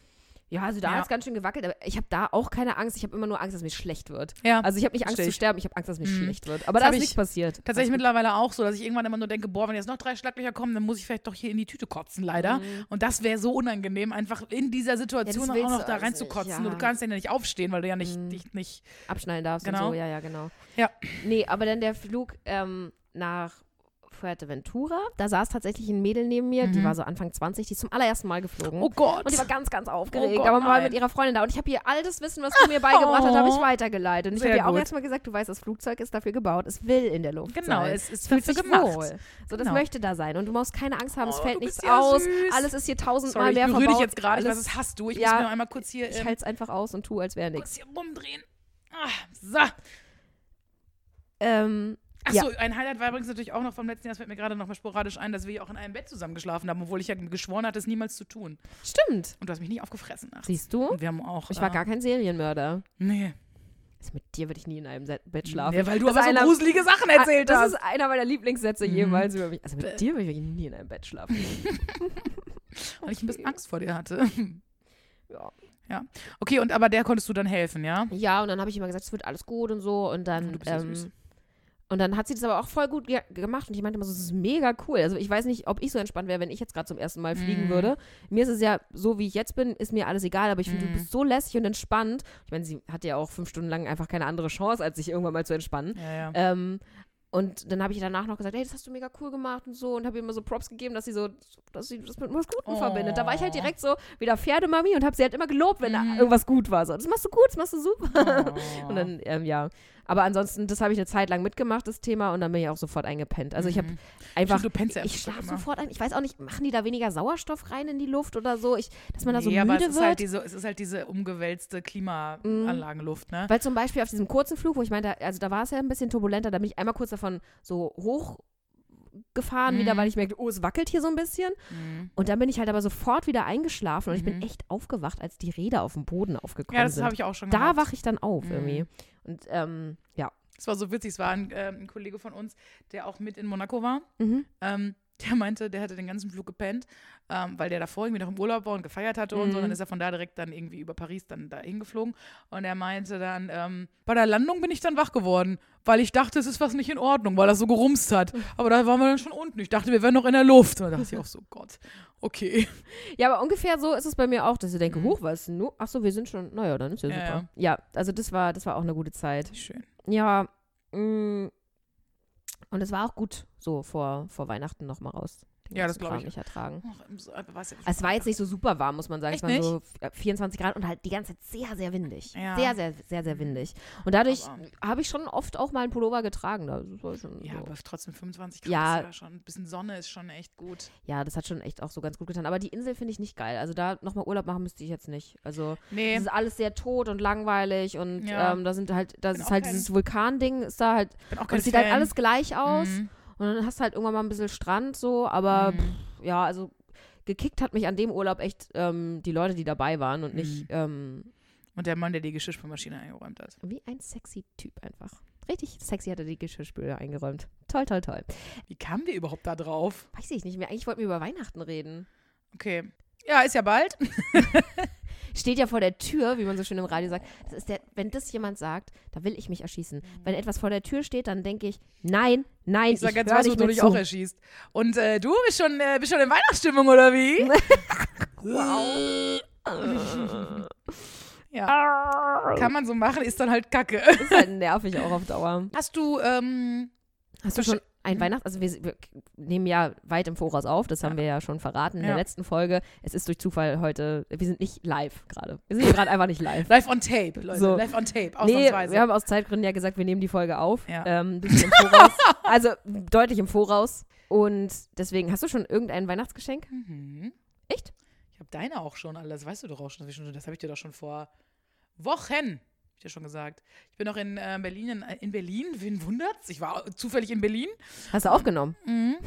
Speaker 1: Ja, also da
Speaker 2: Ja.
Speaker 1: hat's ganz schön gewackelt, aber ich habe da auch keine Angst. Ich habe immer nur Angst, dass mir schlecht wird.
Speaker 2: Ja,
Speaker 1: Also ich habe nicht Angst
Speaker 2: versteh
Speaker 1: zu
Speaker 2: ich.
Speaker 1: sterben, ich Mhm. habe Angst, dass mir schlecht wird. Aber da
Speaker 2: Das hab
Speaker 1: ist
Speaker 2: ich
Speaker 1: nichts passiert. Also
Speaker 2: Tatsächlich mittlerweile auch so, dass ich irgendwann immer nur denke, boah, wenn jetzt noch drei Schlaglöcher kommen, dann muss ich vielleicht doch hier in die Tüte kotzen, leider. Und das wäre so unangenehm, einfach in dieser Situation
Speaker 1: Mhm. Ja, das
Speaker 2: auch
Speaker 1: willst
Speaker 2: noch
Speaker 1: du
Speaker 2: da
Speaker 1: alles
Speaker 2: reinzukotzen.
Speaker 1: nicht, ja. Mhm.
Speaker 2: Du kannst ja nicht aufstehen, weil du ja nicht, dich nicht.
Speaker 1: abschneiden darfst
Speaker 2: Genau.
Speaker 1: und so. Ja, ja, genau.
Speaker 2: Ja.
Speaker 1: Nee, aber dann der Flug ähm, nach Fuerteventura, da saß tatsächlich ein Mädel neben mir, die war so Anfang 20, die ist zum allerersten Mal geflogen.
Speaker 2: Oh Gott.
Speaker 1: Mhm. Und die war ganz, ganz aufgeregt,
Speaker 2: Oh Gott,
Speaker 1: aber mal
Speaker 2: nein.
Speaker 1: mit ihrer Freundin da. Und ich habe ihr all das Wissen, was du mir beigebracht hast, habe ich
Speaker 2: Oh.
Speaker 1: weitergeleitet. Und ich habe
Speaker 2: Sehr
Speaker 1: ihr auch
Speaker 2: gut.
Speaker 1: erstmal gesagt, du weißt, das Flugzeug ist dafür gebaut, es will in der Luft
Speaker 2: Genau,
Speaker 1: sein.
Speaker 2: es ist
Speaker 1: fühlt
Speaker 2: dafür
Speaker 1: sich
Speaker 2: gemacht.
Speaker 1: wohl. So, das
Speaker 2: Genau.
Speaker 1: möchte da sein. Und du musst keine Angst haben, es
Speaker 2: Oh,
Speaker 1: fällt
Speaker 2: du
Speaker 1: nichts
Speaker 2: bist ja
Speaker 1: aus.
Speaker 2: süß.
Speaker 1: Alles ist hier tausendmal
Speaker 2: Sorry, ich
Speaker 1: mehr
Speaker 2: berühre dich
Speaker 1: verbaut.
Speaker 2: jetzt gerade, ich weiß,
Speaker 1: Alles-
Speaker 2: das hast du. Ich
Speaker 1: Ja,
Speaker 2: muss mir einmal kurz hier,
Speaker 1: Ich
Speaker 2: ähm,
Speaker 1: halte es einfach aus und tue, als wäre nichts.
Speaker 2: kurz hier rumdrehen. Ah, so.
Speaker 1: Ähm, Ja.
Speaker 2: Achso, ein Highlight war übrigens natürlich auch noch vom letzten Jahr, das fällt mir gerade noch mal sporadisch ein, dass wir hier auch in einem Bett zusammen geschlafen haben, obwohl ich ja geschworen hatte, es niemals zu tun.
Speaker 1: stimmt.
Speaker 2: Und du hast mich nicht aufgefressen nachts.
Speaker 1: Siehst du?
Speaker 2: Und wir haben auch.
Speaker 1: Ich war
Speaker 2: äh,
Speaker 1: gar kein Serienmörder.
Speaker 2: Nee.
Speaker 1: Also mit dir würde ich nie in einem Se- Bett schlafen.
Speaker 2: Nee, weil du
Speaker 1: Das
Speaker 2: aber
Speaker 1: ist
Speaker 2: so
Speaker 1: einer- Ah,
Speaker 2: gruselige Sachen erzählt
Speaker 1: das
Speaker 2: hast.
Speaker 1: ist einer meiner Lieblingssätze jemals
Speaker 2: Mhm.
Speaker 1: über mich. Also mit dir würde ich wirklich nie in einem Bett schlafen.
Speaker 2: Weil ich ein bisschen Angst vor dir hatte.
Speaker 1: Ja.
Speaker 2: Ja. Okay, und aber der konntest du dann helfen, ja?
Speaker 1: Ja, und dann habe ich immer gesagt, es wird alles gut und so. Und dann,
Speaker 2: Du bist ja
Speaker 1: ähm,
Speaker 2: süß.
Speaker 1: und dann hat sie das aber auch voll gut ge gemacht. Und ich meinte immer so, das ist mega cool. Also ich weiß nicht, ob ich so entspannt wäre, wenn ich jetzt gerade zum ersten Mal fliegen
Speaker 2: Mhm.
Speaker 1: würde. Mir ist es ja, so wie ich jetzt bin, ist mir alles egal. Aber ich
Speaker 2: Mhm.
Speaker 1: finde, du bist so lässig und entspannt. Ich meine, sie hatte ja auch fünf Stunden lang einfach keine andere Chance, als sich irgendwann mal zu entspannen.
Speaker 2: Ja, ja.
Speaker 1: Ähm, und dann habe ich danach noch gesagt, hey, das hast du mega cool gemacht und so und habe ihr immer so Props gegeben, dass sie so, dass sie das mit was Guten
Speaker 2: Oh. Mhm.
Speaker 1: verbindet. Da war ich halt direkt so wieder Pferdemami und habe sie halt immer gelobt, wenn da irgendwas gut war. So, das machst du gut, das machst du super.
Speaker 2: Oh.
Speaker 1: Und dann, ähm, ja. Aber ansonsten, das habe ich eine Zeit lang mitgemacht, das Thema, und dann bin ich auch sofort eingepennt. Also ich habe einfach,
Speaker 2: Mhm. Stimmt, du pennst ja
Speaker 1: ich
Speaker 2: einfach
Speaker 1: schlafe
Speaker 2: immer.
Speaker 1: sofort ein. Ich weiß auch nicht, machen die da weniger Sauerstoff rein in die Luft oder so, ich, dass man da so
Speaker 2: nee, aber
Speaker 1: müde
Speaker 2: es ist,
Speaker 1: wird? Mhm.
Speaker 2: halt diese, es ist halt diese umgewälzte Klimaanlagenluft, ne?
Speaker 1: Weil zum Beispiel auf diesem kurzen Flug, wo ich meinte, also da war es ja ein bisschen turbulenter, da bin ich einmal kurz davon so hoch gefahren
Speaker 2: Mhm.
Speaker 1: wieder, weil ich merkte, oh, es wackelt hier so ein bisschen. Und dann bin ich halt aber sofort wieder eingeschlafen und ich bin echt aufgewacht, als die Räder auf dem Boden aufgekommen
Speaker 2: Mhm. Ja, das
Speaker 1: sind.
Speaker 2: habe ich Mhm. auch schon
Speaker 1: da
Speaker 2: gehabt.
Speaker 1: wache ich dann auf irgendwie. Und ähm, ja.
Speaker 2: Es war so witzig, es war ein, ähm, ein Kollege von uns, der auch mit in Monaco war.
Speaker 1: Mhm.
Speaker 2: Ähm, der meinte, der hatte den ganzen Flug gepennt, ähm, weil der davor irgendwie noch im Urlaub war und gefeiert hatte und
Speaker 1: Mhm.
Speaker 2: so. Dann ist er von da direkt dann irgendwie über Paris dann da hingeflogen. Und er meinte dann, ähm, bei der Landung bin ich dann wach geworden, weil ich dachte, es ist was nicht in Ordnung, weil das so gerumst hat. Aber da waren wir dann schon unten. Ich dachte, wir wären noch in der Luft. Und da dachte ich auch so, Gott, okay.
Speaker 1: Ja, aber ungefähr so ist es bei mir auch, dass ich denke, hoch, was ist denn nur? Ach so, wir sind schon, naja, dann ist ja
Speaker 2: Mhm. Ja,
Speaker 1: super. Ja, also das war, das war auch eine gute Zeit.
Speaker 2: Schön.
Speaker 1: Ja, mh. und es war auch gut, so vor, vor Weihnachten nochmal raus. den
Speaker 2: Ja,
Speaker 1: ganzen
Speaker 2: das glaub
Speaker 1: Kram
Speaker 2: ich.
Speaker 1: nicht ertragen. Also
Speaker 2: Ach, im so- aber war's ja
Speaker 1: Es war jetzt nicht so super warm, muss man sagen.
Speaker 2: Echt
Speaker 1: es waren so 24 Grad und halt die ganze Zeit sehr, sehr windig.
Speaker 2: Ja.
Speaker 1: Sehr, sehr, sehr, sehr windig. Und dadurch
Speaker 2: Aber-
Speaker 1: habe ich schon oft auch mal einen Pullover getragen. Das war schon
Speaker 2: ja,
Speaker 1: so.
Speaker 2: aber trotzdem 25 Grad
Speaker 1: Ja.
Speaker 2: ist ja schon. Ein bisschen Sonne ist schon echt gut.
Speaker 1: ja, das hat schon echt auch so ganz gut getan. Aber die Insel finde ich nicht geil. Also da nochmal Urlaub machen müsste ich jetzt nicht. Also
Speaker 2: Nee.
Speaker 1: es ist alles sehr tot und langweilig und
Speaker 2: Ja.
Speaker 1: ähm, da sind halt, da
Speaker 2: Bin
Speaker 1: ist
Speaker 2: auch
Speaker 1: halt
Speaker 2: kein-
Speaker 1: dieses Vulkanding, ist da halt,
Speaker 2: bin auch
Speaker 1: und
Speaker 2: kein
Speaker 1: es sieht halt
Speaker 2: Fan.
Speaker 1: alles gleich aus.
Speaker 2: Mhm.
Speaker 1: Und dann hast du halt irgendwann mal ein bisschen Strand so, aber pff, ja, also gekickt hat mich an dem Urlaub echt ähm, die Leute, die dabei waren und nicht
Speaker 2: Mhm.
Speaker 1: ähm,
Speaker 2: Und der Mann, der die Geschirrspülmaschine eingeräumt hat.
Speaker 1: wie ein sexy Typ einfach. Richtig sexy hat er die Geschirrspüle eingeräumt. Toll, toll, toll.
Speaker 2: Wie kamen wir überhaupt da drauf?
Speaker 1: Weiß ich nicht mehr. Eigentlich wollten wir über Weihnachten reden.
Speaker 2: Okay. Ja, ist ja bald.
Speaker 1: Steht ja vor der Tür, wie man so schön im Radio sagt. Das ist der, wenn das jemand sagt, da will ich mich erschießen. Wenn etwas vor der Tür steht, dann denke ich, nein, nein,
Speaker 2: Mhm. Ich sag ganz
Speaker 1: hör
Speaker 2: was, wo
Speaker 1: nicht
Speaker 2: du
Speaker 1: mehr
Speaker 2: dich
Speaker 1: zu.
Speaker 2: auch erschießt. Und äh, du bist schon, äh, bist schon in Weihnachtsstimmung, oder wie? wow. ja. Kann man so machen, ist dann halt Kacke.
Speaker 1: Das ist halt nervig auch auf Dauer.
Speaker 2: Hast du, ähm,
Speaker 1: Hast du
Speaker 2: Verste-
Speaker 1: schon ein Weihnachts, also wir, wir nehmen ja weit im Voraus auf, das haben wir ja schon verraten in der
Speaker 2: Ja.
Speaker 1: letzten Folge. Es ist durch Zufall heute, wir sind nicht live gerade. Wir sind hier gerade einfach nicht live.
Speaker 2: Live on Tape, Leute.
Speaker 1: So.
Speaker 2: Live on Tape,
Speaker 1: Nee,
Speaker 2: ausnahmsweise.
Speaker 1: wir haben aus Zeitgründen ja gesagt, wir nehmen die Folge auf.
Speaker 2: Ja.
Speaker 1: Ähm, ein bisschen im Voraus. also deutlich im Voraus. Und deswegen, hast du schon irgendein Weihnachtsgeschenk?
Speaker 2: mhm.
Speaker 1: Echt?
Speaker 2: Ich habe deine auch schon, alle. Das weißt du doch auch schon. Das hab ich schon- Das habe ich dir doch schon vor Wochen, hab ich dir schon gesagt. Ich bin auch in äh, Berlin, in, in Berlin, wen wundert's? Ich war zufällig in Berlin.
Speaker 1: Hast du aufgenommen?
Speaker 2: Mhm.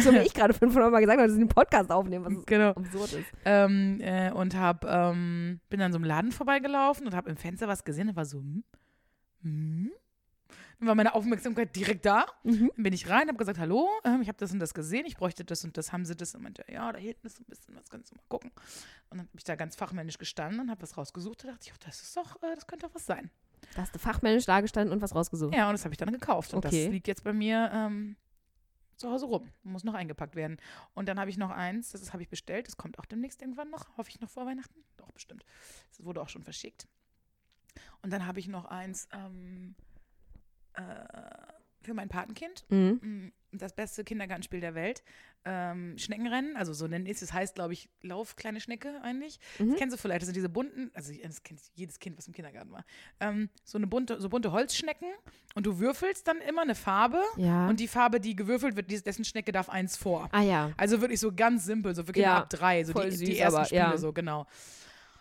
Speaker 1: So wie ich gerade 500 Mal gesagt habe, dass ich einen Podcast aufnehmen, was
Speaker 2: Genau.
Speaker 1: absurd ist.
Speaker 2: Ähm, äh, und hab, ähm, bin dann so einem Laden vorbeigelaufen und habe im Fenster was gesehen und war so, hm, hm. Dann war meine Aufmerksamkeit direkt da.
Speaker 1: Mhm.
Speaker 2: Dann bin ich rein, habe gesagt, hallo, ähm, ich habe das und das gesehen, ich bräuchte das und das, haben sie das? Und meinte, ja, da hinten ist so ein bisschen, was kannst du mal gucken. Und dann habe ich da ganz fachmännisch gestanden und habe was rausgesucht und dachte ich, oh, das ist doch, äh, das könnte doch was sein.
Speaker 1: Da hast du fachmännisch dagestanden und was rausgesucht.
Speaker 2: Ja, und das habe ich dann gekauft. Und
Speaker 1: Okay.
Speaker 2: das liegt jetzt bei mir ähm, zu Hause rum. Muss noch eingepackt werden. Und dann habe ich noch eins, das ist- habe ich bestellt. Das kommt auch demnächst irgendwann noch. Hoffe ich noch vor Weihnachten. Doch, bestimmt. Das wurde auch schon verschickt. Und dann habe ich noch eins ähm, äh, für mein Patenkind.
Speaker 1: Mhm.
Speaker 2: Mm, Das beste Kindergartenspiel der Welt. Ähm, Schneckenrennen, also so nennen es. Das heißt, glaube ich, Lauf, kleine Schnecke eigentlich.
Speaker 1: Mhm.
Speaker 2: Das kennst du vielleicht. Das sind diese bunten, also das kennt jedes Kind, was im Kindergarten war. Ähm, so eine bunte, so bunte Holzschnecken und du würfelst dann immer eine Farbe
Speaker 1: Ja.
Speaker 2: und die Farbe, die gewürfelt wird, dies- dessen Schnecke darf eins vor.
Speaker 1: ah ja.
Speaker 2: Also wirklich so ganz simpel, so für Kinder
Speaker 1: Ja,
Speaker 2: ab drei, so
Speaker 1: voll
Speaker 2: die,
Speaker 1: süß,
Speaker 2: die ersten
Speaker 1: aber,
Speaker 2: Spiele,
Speaker 1: ja.
Speaker 2: so genau.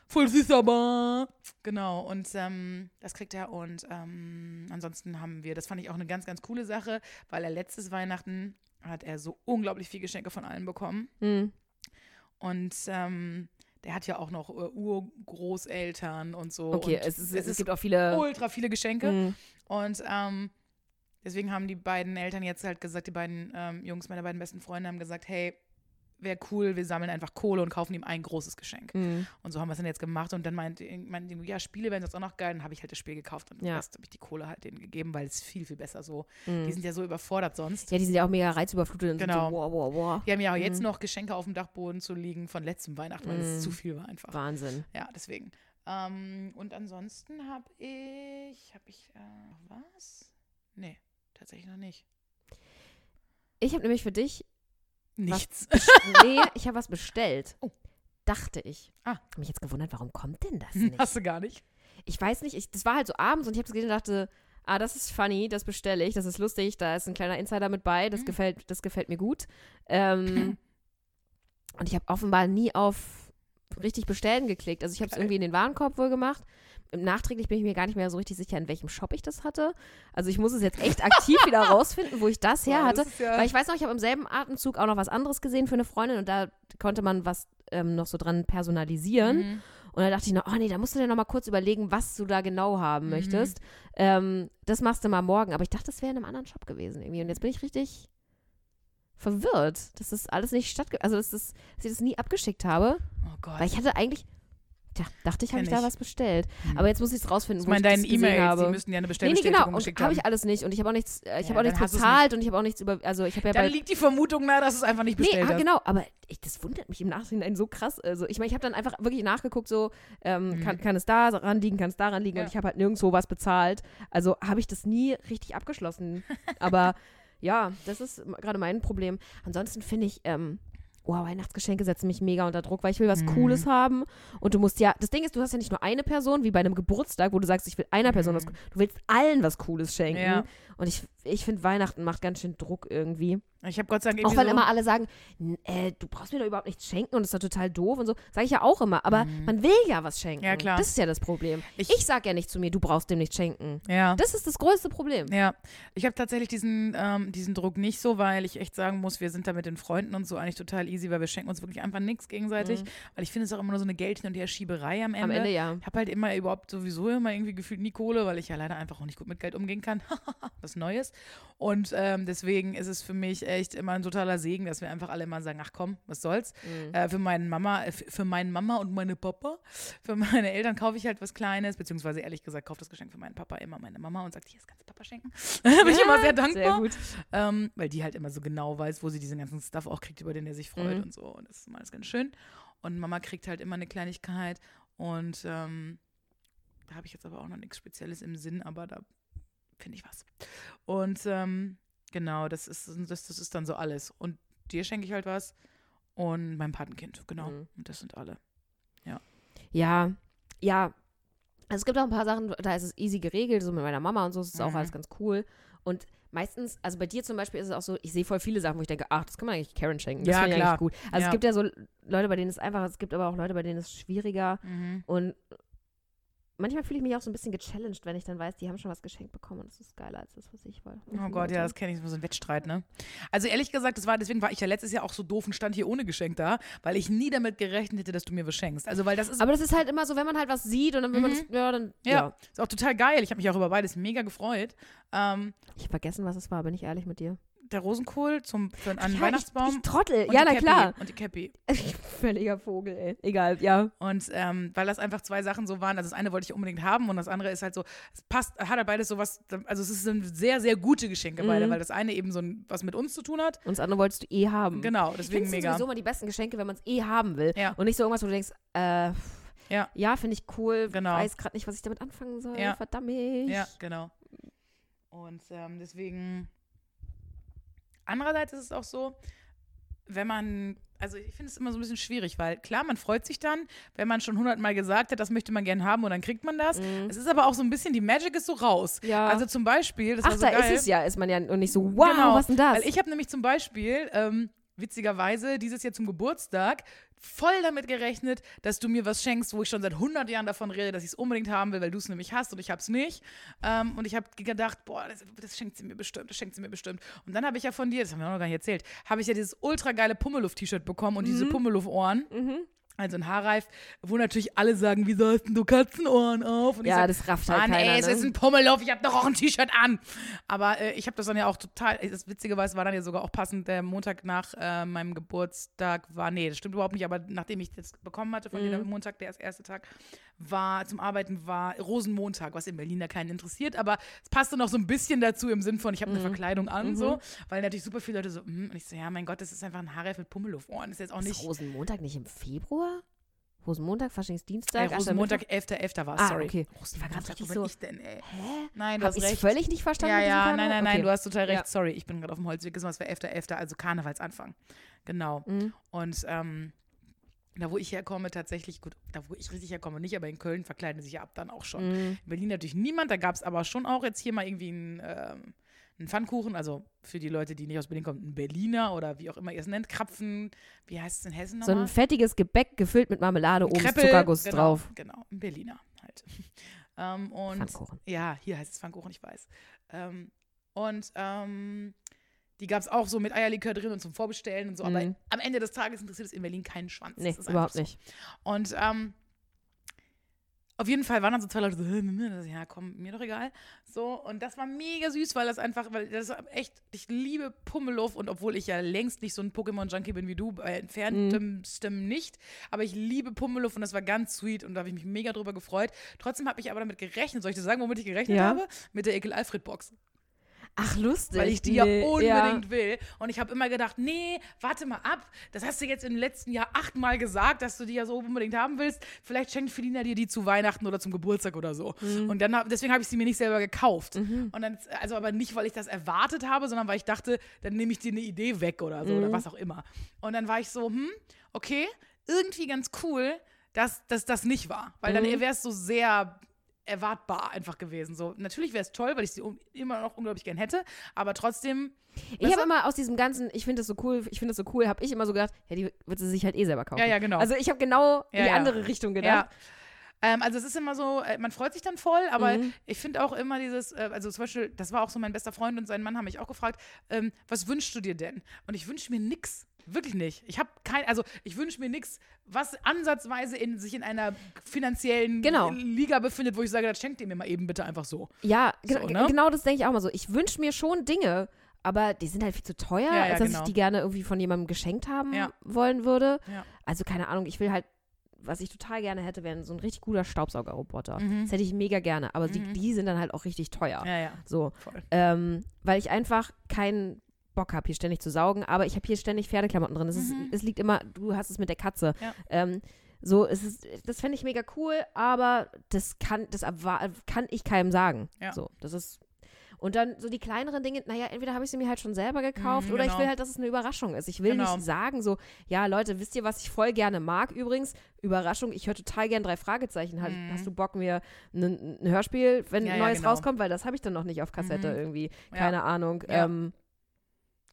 Speaker 2: Voll süß aber. Genau, und ähm, das kriegt er. Und ähm, ansonsten haben wir, das fand ich auch eine ganz, ganz coole Sache, weil er letztes Weihnachten hat er so unglaublich viel Geschenke von allen bekommen.
Speaker 1: Mhm.
Speaker 2: Und ähm, der hat ja auch noch äh, Urgroßeltern und so.
Speaker 1: Okay,
Speaker 2: und
Speaker 1: es, ist, es, gibt äh, auch viele.
Speaker 2: ultra viele Geschenke.
Speaker 1: Mhm.
Speaker 2: Und ähm, deswegen haben die beiden Eltern jetzt halt gesagt, die beiden ähm, Jungs, meine beiden besten Freunde, haben gesagt, hey, wäre cool, wir sammeln einfach Kohle und kaufen ihm ein großes Geschenk.
Speaker 1: Mhm. Und
Speaker 2: Und so haben wir es dann jetzt gemacht und dann meinte meinte die, ja, Spiele wären sonst auch noch geil. Dann habe ich halt das Spiel gekauft und
Speaker 1: Ja.
Speaker 2: den Rest habe ich die Kohle halt denen gegeben, weil es ist viel, viel besser so.
Speaker 1: Mhm.
Speaker 2: Die sind ja so überfordert sonst.
Speaker 1: Ja, Mhm. die sind ja auch mega reizüberflutet und sind
Speaker 2: Genau.
Speaker 1: so, wow, wow, wow.
Speaker 2: Die haben ja auch jetzt noch Geschenke auf dem Dachboden zu liegen von letztem Weihnachten, weil
Speaker 1: Mhm.
Speaker 2: es zu viel war einfach.
Speaker 1: Wahnsinn.
Speaker 2: Ja, deswegen. Ähm, und ansonsten habe ich, habe ich äh, noch was? Nee, tatsächlich noch nicht.
Speaker 1: Ich habe nämlich für dich
Speaker 2: Nichts.
Speaker 1: nee, ich habe was bestellt.
Speaker 2: Oh.
Speaker 1: Dachte ich.
Speaker 2: Ah.
Speaker 1: Hab mich jetzt gewundert, warum kommt denn das nicht?
Speaker 2: Hast du gar nicht.
Speaker 1: Ich weiß nicht, ich, das war halt so abends und ich habe es gesehen und dachte, ah, das ist funny, das bestelle ich, das ist lustig, da ist ein kleiner Insider mit bei, das,
Speaker 2: Mhm.
Speaker 1: gefällt, das gefällt mir gut. Ähm, und ich habe offenbar nie auf richtig bestellen geklickt. Also ich habe es
Speaker 2: Geil.
Speaker 1: irgendwie in den Warenkorb wohl gemacht. Nachträglich bin ich mir gar nicht mehr so richtig sicher, in welchem Shop ich das hatte. Also ich muss es jetzt echt aktiv wieder rausfinden, wo ich das her hatte.
Speaker 2: äh
Speaker 1: Weil ich weiß noch, ich habe im selben Atemzug auch noch was anderes gesehen für eine Freundin und da konnte man was ähm, noch so dran personalisieren.
Speaker 2: Mhm.
Speaker 1: Und da dachte ich noch, oh nee, da musst du dir noch mal kurz überlegen, was du da genau haben
Speaker 2: Mhm.
Speaker 1: möchtest. Ähm, das machst du mal morgen. Aber ich dachte, das wäre in einem anderen Shop gewesen irgendwie. Und jetzt bin ich richtig verwirrt, dass das alles nicht stattge... Also, dass, das, dass ich das nie abgeschickt habe.
Speaker 2: oh Gott.
Speaker 1: Weil ich hatte eigentlich... Tja, dachte ich, habe
Speaker 2: Kenn
Speaker 1: ich da
Speaker 2: ich. Mhm.
Speaker 1: was bestellt. Aber jetzt muss ich es rausfinden,
Speaker 2: ich
Speaker 1: wo
Speaker 2: meine,
Speaker 1: ich
Speaker 2: deine
Speaker 1: das gesehen
Speaker 2: E-Mails,
Speaker 1: habe.
Speaker 2: die müssen ja
Speaker 1: Nee,
Speaker 2: eine
Speaker 1: nee,
Speaker 2: Bestellbestätigung
Speaker 1: genau. Und
Speaker 2: geschickt
Speaker 1: habe ich
Speaker 2: haben.
Speaker 1: alles nicht. Und ich habe auch nichts, äh, ich
Speaker 2: Ja,
Speaker 1: habe auch
Speaker 2: dann
Speaker 1: nichts
Speaker 2: hast du's
Speaker 1: bezahlt und ich habe auch nichts über, also ich habe ja
Speaker 2: Dann
Speaker 1: bei
Speaker 2: liegt die Vermutung nahe, dass du es einfach nicht
Speaker 1: Nee,
Speaker 2: bestellt
Speaker 1: ah,
Speaker 2: hast.
Speaker 1: genau, aber ich, das wundert mich im Nachhinein so krass. Also ich meine, ich habe dann einfach wirklich nachgeguckt, so ähm, kann, kann es daran liegen, kann es daran liegen
Speaker 2: Mhm. Ja.
Speaker 1: und ich habe halt nirgendwo was bezahlt. Also habe ich das nie richtig abgeschlossen. aber ja, das ist m- gerade mein Problem. Ansonsten finde ich, ähm, oh, Weihnachtsgeschenke setzen mich mega unter Druck, weil ich will
Speaker 2: Mhm.
Speaker 1: was Cooles haben und du musst ja, das Ding ist, du hast ja nicht nur eine Person, wie bei einem Geburtstag, wo du sagst, ich will einer Person was, du willst allen was Cooles schenken
Speaker 2: Mhm. Ja.
Speaker 1: und ich, ich finde, Weihnachten macht ganz schön Druck irgendwie.
Speaker 2: Ich habe Gott sei Dank
Speaker 1: genau. Auch
Speaker 2: irgendwie
Speaker 1: weil
Speaker 2: so,
Speaker 1: immer alle sagen, "N- äh, du brauchst mir doch überhaupt nichts schenken und das ist doch total doof und so. Sage ich ja auch immer, aber man will ja was schenken.
Speaker 2: Mhm. Ja, klar.
Speaker 1: Das ist ja das Problem. Ich,
Speaker 2: Ich-
Speaker 1: sage ja nicht zu mir, du brauchst dem nichts schenken.
Speaker 2: ja.
Speaker 1: Das ist das größte Problem.
Speaker 2: Ja, ich habe tatsächlich diesen, ähm, diesen Druck nicht so, weil ich echt sagen muss, wir sind da mit den Freunden und so eigentlich total easy, weil wir schenken uns wirklich einfach nichts gegenseitig. Weil ich finde es auch immer nur so eine Geld- hin und her Schieberei am Ende.
Speaker 1: Mhm. Am Ende ja.
Speaker 2: Ich habe halt immer überhaupt sowieso immer irgendwie gefühlt nie Kohle, weil ich ja leider einfach auch nicht gut mit Geld umgehen kann. Was Neues. Und ähm, deswegen ist es für mich echt immer ein totaler Segen, dass wir einfach alle immer sagen, ach komm, was soll's.
Speaker 1: Mhm.
Speaker 2: Äh, für meinen Mama, äh, f- für meinen Mama und meine Papa, für meine Eltern kaufe ich halt was Kleines, beziehungsweise ehrlich gesagt kauft das Geschenk für meinen Papa immer meine Mama und sagt, hier, das kannst du Papa schenken. Bin ich immer sehr dankbar.
Speaker 1: Sehr gut.
Speaker 2: Ähm, weil die halt immer so genau weiß, wo sie diesen ganzen Stuff auch kriegt, über den er sich freut
Speaker 1: Mhm.
Speaker 2: und so. Und das ist immer alles ganz schön. Und Mama kriegt halt immer eine Kleinigkeit. Und ähm, da habe ich jetzt aber auch noch nichts Spezielles im Sinn, aber da finde ich was. Und ähm, Genau, das ist, das, das ist dann so alles. Und dir schenke ich halt was und meinem Patenkind, genau.
Speaker 1: Mhm.
Speaker 2: Und das sind alle.
Speaker 1: Ja, ja. Also es gibt auch ein paar Sachen, da ist es easy geregelt, so mit meiner Mama und so, ist es auch
Speaker 2: Mhm.
Speaker 1: alles ganz cool. Und meistens, also bei dir zum Beispiel ist es auch so, ich sehe voll viele Sachen, wo ich denke, ach, das kann man eigentlich Karen schenken. Das
Speaker 2: Ja,
Speaker 1: finde ich
Speaker 2: klar.
Speaker 1: eigentlich gut. Also
Speaker 2: Ja.
Speaker 1: es gibt ja so Leute, bei denen es einfacher, ist, es gibt aber auch Leute, bei denen es ist schwieriger. Und manchmal fühle ich mich auch so ein bisschen gechallenged, wenn ich dann weiß, die haben schon was geschenkt bekommen und das ist geiler als das, was ich wollte.
Speaker 2: Oh Gott, ja, das kenne ich, das ist so ein Wettstreit, ne? Also ehrlich gesagt, das war, deswegen war ich ja letztes Jahr auch so doof und stand hier ohne Geschenk da, weil ich nie damit gerechnet hätte, dass du mir was schenkst. Also, weil das ist,
Speaker 1: Aber das ist halt immer so, wenn man halt was sieht und dann will man das, ja, dann,
Speaker 2: Mhm. ja,
Speaker 1: ja.
Speaker 2: ist auch total geil. Ich habe mich auch über beides mega gefreut. Ähm,
Speaker 1: Ich habe vergessen, was es war, bin ich ehrlich mit dir.
Speaker 2: der Rosenkohl zum, für einen
Speaker 1: ja,
Speaker 2: Weihnachtsbaum.
Speaker 1: Ich, ich trottel,
Speaker 2: und
Speaker 1: ja,
Speaker 2: die
Speaker 1: na
Speaker 2: Cappy.
Speaker 1: klar.
Speaker 2: Und die Cappy.
Speaker 1: Völliger Vogel, ey. Egal, ja.
Speaker 2: Und ähm, weil das einfach zwei Sachen so waren, also das eine wollte ich unbedingt haben und das andere ist halt so, es passt, hat halt beides sowas, also es ist ein sehr, sehr gute Geschenke beide,
Speaker 1: Mhm.
Speaker 2: weil das eine eben so ein, was mit uns zu tun hat.
Speaker 1: Und das andere wolltest du eh haben.
Speaker 2: Genau,
Speaker 1: Ich
Speaker 2: deswegen
Speaker 1: finde
Speaker 2: mega.
Speaker 1: sowieso immer die besten Geschenke, wenn man es eh haben will.
Speaker 2: Ja.
Speaker 1: Und nicht so irgendwas, wo du denkst, äh,
Speaker 2: Ja.
Speaker 1: ja finde ich cool,
Speaker 2: Genau.
Speaker 1: weiß gerade nicht, was ich damit anfangen soll,
Speaker 2: Ja.
Speaker 1: verdammt. Ja.
Speaker 2: Ja, genau. Und ähm, deswegen, andererseits ist es auch so, wenn man, also ich finde es immer so ein bisschen schwierig, weil klar, man freut sich dann, wenn man schon hundertmal gesagt hat, das möchte man gerne haben und dann kriegt man das. Es ist aber auch so ein bisschen, die Magic ist so raus.
Speaker 1: Mhm. Ja.
Speaker 2: Also zum Beispiel, das war
Speaker 1: Ach,
Speaker 2: so
Speaker 1: da
Speaker 2: geil.
Speaker 1: ist es ja, ist man ja und nicht so, wow,
Speaker 2: Genau,
Speaker 1: was denn das?
Speaker 2: Weil ich habe nämlich zum Beispiel, ähm, witzigerweise, dieses Jahr zum Geburtstag voll damit gerechnet, dass du mir was schenkst, wo ich schon seit 100 Jahren davon rede, dass ich es unbedingt haben will, weil du es nämlich hast und ich habe es nicht. Ähm, und ich habe gedacht, boah, das, das schenkt sie mir bestimmt, das schenkt sie mir bestimmt. Und dann habe ich ja von dir, das haben wir auch noch gar nicht erzählt, habe ich ja dieses ultra geile Pummeluft-T-Shirt bekommen und
Speaker 1: Mhm.
Speaker 2: diese Pummeluft-Ohren. Also ein Haarreif, wo natürlich alle sagen, wieso hast denn du Katzenohren auf? Und ich
Speaker 1: ja,
Speaker 2: sag,
Speaker 1: das rafft halt
Speaker 2: Mann,
Speaker 1: keiner.
Speaker 2: ey, es
Speaker 1: ne?
Speaker 2: ist ein Pummellauf, ich hab doch auch ein T-Shirt an. Aber äh, ich habe das dann ja auch total, äh, das Witzige war, es war dann ja sogar auch passend, der Montag nach äh, meinem Geburtstag war, nee, das stimmt überhaupt nicht, aber nachdem ich das bekommen hatte von dir
Speaker 1: Mhm.
Speaker 2: am Montag, der erste Tag, war zum Arbeiten war Rosenmontag, was in Berlin da keinen interessiert, aber es passte noch so ein bisschen dazu im Sinn von, ich
Speaker 1: Mhm.
Speaker 2: habe eine Verkleidung an, so, weil natürlich super viele Leute so, mm, und ich so, ja, mein Gott, das ist einfach ein Haarreif mit Pummellufohren, das ist jetzt auch
Speaker 1: ist
Speaker 2: nicht...
Speaker 1: Rosenmontag nicht im Februar? Rosenmontag,
Speaker 2: Äh,
Speaker 1: Faschingsdienstag,
Speaker 2: Rosenmontag, 11.11. war es,
Speaker 1: Ah,
Speaker 2: sorry.
Speaker 1: okay. Ich war grad
Speaker 2: Rosenmontag, wo
Speaker 1: richtig
Speaker 2: bin
Speaker 1: so-
Speaker 2: ich denn, ey?
Speaker 1: Hä?
Speaker 2: Nein, du
Speaker 1: Habe
Speaker 2: hast
Speaker 1: ich
Speaker 2: recht.
Speaker 1: völlig nicht verstanden?
Speaker 2: Ja,
Speaker 1: mit diesem
Speaker 2: ja,
Speaker 1: Karneval?
Speaker 2: nein, nein, nein,
Speaker 1: okay.
Speaker 2: du hast total recht.
Speaker 1: Ja.
Speaker 2: Sorry, ich bin gerade auf dem Holzweg. Es war 11.11., also Karnevalsanfang. Genau.
Speaker 1: Mhm.
Speaker 2: Und ähm, da, wo ich herkomme, tatsächlich, gut, da, wo ich richtig herkomme, nicht, aber in Köln verkleiden sie sich ja ab dann auch schon.
Speaker 1: Mhm.
Speaker 2: In Berlin natürlich niemand, da gab es aber schon auch jetzt hier mal irgendwie einen, ähm, einen Pfannkuchen, also für die Leute, die nicht aus Berlin kommen, einen Berliner oder wie auch immer ihr es nennt, Krapfen, wie heißt es in Hessen
Speaker 1: So
Speaker 2: nochmal?
Speaker 1: ein fettiges Gebäck gefüllt mit Marmelade, oben ist
Speaker 2: Kreppel,
Speaker 1: Zuckerguss
Speaker 2: genau,
Speaker 1: drauf.
Speaker 2: Genau, ein Berliner halt. Ähm, und
Speaker 1: Pfannkuchen.
Speaker 2: ja, hier heißt es Pfannkuchen, ich weiß. Ähm, und ähm, die gab es auch so mit Eierlikör drin und zum Vorbestellen und so. Aber
Speaker 1: Mhm.
Speaker 2: am Ende des Tages interessiert es in Berlin keinen Schwanz.
Speaker 1: Nee,
Speaker 2: Das ist einfach
Speaker 1: überhaupt
Speaker 2: so.
Speaker 1: nicht.
Speaker 2: Und ähm, auf jeden Fall waren dann so zwei Leute so, "Hä, mh, mh." ja komm, mir doch egal. So, und das war mega süß, weil das einfach, weil das war echt, ich liebe Pummeluff und obwohl ich ja längst nicht so ein Pokémon-Junkie bin wie du, bei entferntem Stimmen nicht, aber ich liebe Pummeluff und das war ganz sweet und da habe ich mich mega drüber gefreut. Trotzdem habe ich aber damit gerechnet, soll ich dir sagen, womit ich gerechnet
Speaker 1: Ja.
Speaker 2: habe? Mit der Ekel-Alfred-Box
Speaker 1: Ach, lustig.
Speaker 2: weil ich die
Speaker 1: Nee,
Speaker 2: ja unbedingt will. Und ich habe immer gedacht, nee, warte mal ab. Das hast du jetzt im letzten Jahr achtmal gesagt, dass du die ja so unbedingt haben willst. Vielleicht schenkt Felina dir die zu Weihnachten oder zum Geburtstag oder so. Und dann hab, deswegen habe ich sie mir nicht selber gekauft. Und dann, also aber nicht, weil ich das erwartet habe, sondern weil ich dachte, dann nehme ich dir eine Idee weg oder so oder was auch immer. Und dann war ich so, hm, okay, irgendwie ganz cool, dass, dass das nicht war. Weil dann wäre es so sehr erwartbar einfach gewesen. So, natürlich wäre es toll, weil ich sie un- immer noch unglaublich gern hätte, aber trotzdem.
Speaker 1: Ich
Speaker 2: Weißt du?
Speaker 1: habe immer aus diesem ganzen, ich finde das so cool, ich finde das so cool, habe ich immer so gedacht, ja, die wird sie sich halt eh selber kaufen.
Speaker 2: Ja, ja, genau.
Speaker 1: Also ich habe genau
Speaker 2: Ja,
Speaker 1: in die
Speaker 2: ja.
Speaker 1: andere Richtung gedacht.
Speaker 2: Ja. Ähm, also es ist immer so, äh, man freut sich dann voll, aber
Speaker 1: Mhm.
Speaker 2: ich finde auch immer dieses, äh, also zum Beispiel, das war auch so mein bester Freund und sein Mann haben mich auch gefragt, ähm, was wünschst du dir denn? Und ich wünsche mir nix. Wirklich nicht. Ich habe kein, also ich wünsche mir nichts, was ansatzweise in sich in einer finanziellen
Speaker 1: Genau.
Speaker 2: Liga befindet, wo ich sage, das schenkt ihr mir mal eben bitte einfach so.
Speaker 1: Ja, ge
Speaker 2: So, ne?
Speaker 1: genau das denke ich auch mal so. Ich wünsche mir schon Dinge, aber die sind halt viel zu teuer,
Speaker 2: Ja, ja,
Speaker 1: als dass
Speaker 2: genau.
Speaker 1: ich die gerne irgendwie von jemandem geschenkt haben
Speaker 2: Ja.
Speaker 1: wollen würde.
Speaker 2: Ja.
Speaker 1: Also keine Ahnung, ich will halt, was ich total gerne hätte, wäre so ein richtig guter Staubsaugerroboter. Das hätte ich mega gerne, aber die, die sind dann halt auch richtig teuer.
Speaker 2: Mhm. Ja, ja.
Speaker 1: So.
Speaker 2: Voll.
Speaker 1: Ähm, weil ich einfach keinen Bock habe, hier ständig zu saugen, aber ich habe hier ständig Pferdeklamotten drin. Es, ist, es liegt immer, du hast es mit der Katze.
Speaker 2: Mhm. Ja.
Speaker 1: Ähm, so, es ist, das fände ich mega cool, aber das kann, das erwar- kann ich keinem sagen.
Speaker 2: Ja.
Speaker 1: So, das ist. Und dann so die kleineren Dinge, naja, entweder habe ich sie mir halt schon selber gekauft
Speaker 2: Mhm,
Speaker 1: oder ich
Speaker 2: genau.
Speaker 1: will halt, dass es eine Überraschung ist. Ich will
Speaker 2: Genau.
Speaker 1: nicht sagen so, ja Leute, wisst ihr, was ich voll gerne mag übrigens? Überraschung, ich höre total gern drei Fragezeichen. Hast, hast du Bock, mir ein, ein Hörspiel, wenn
Speaker 2: Mhm. Ja, ja,
Speaker 1: Neues
Speaker 2: genau.
Speaker 1: rauskommt? Weil das habe ich dann noch nicht auf Kassette
Speaker 2: Mhm.
Speaker 1: irgendwie.
Speaker 2: Ja.
Speaker 1: Keine Ahnung.
Speaker 2: Ja.
Speaker 1: Ähm,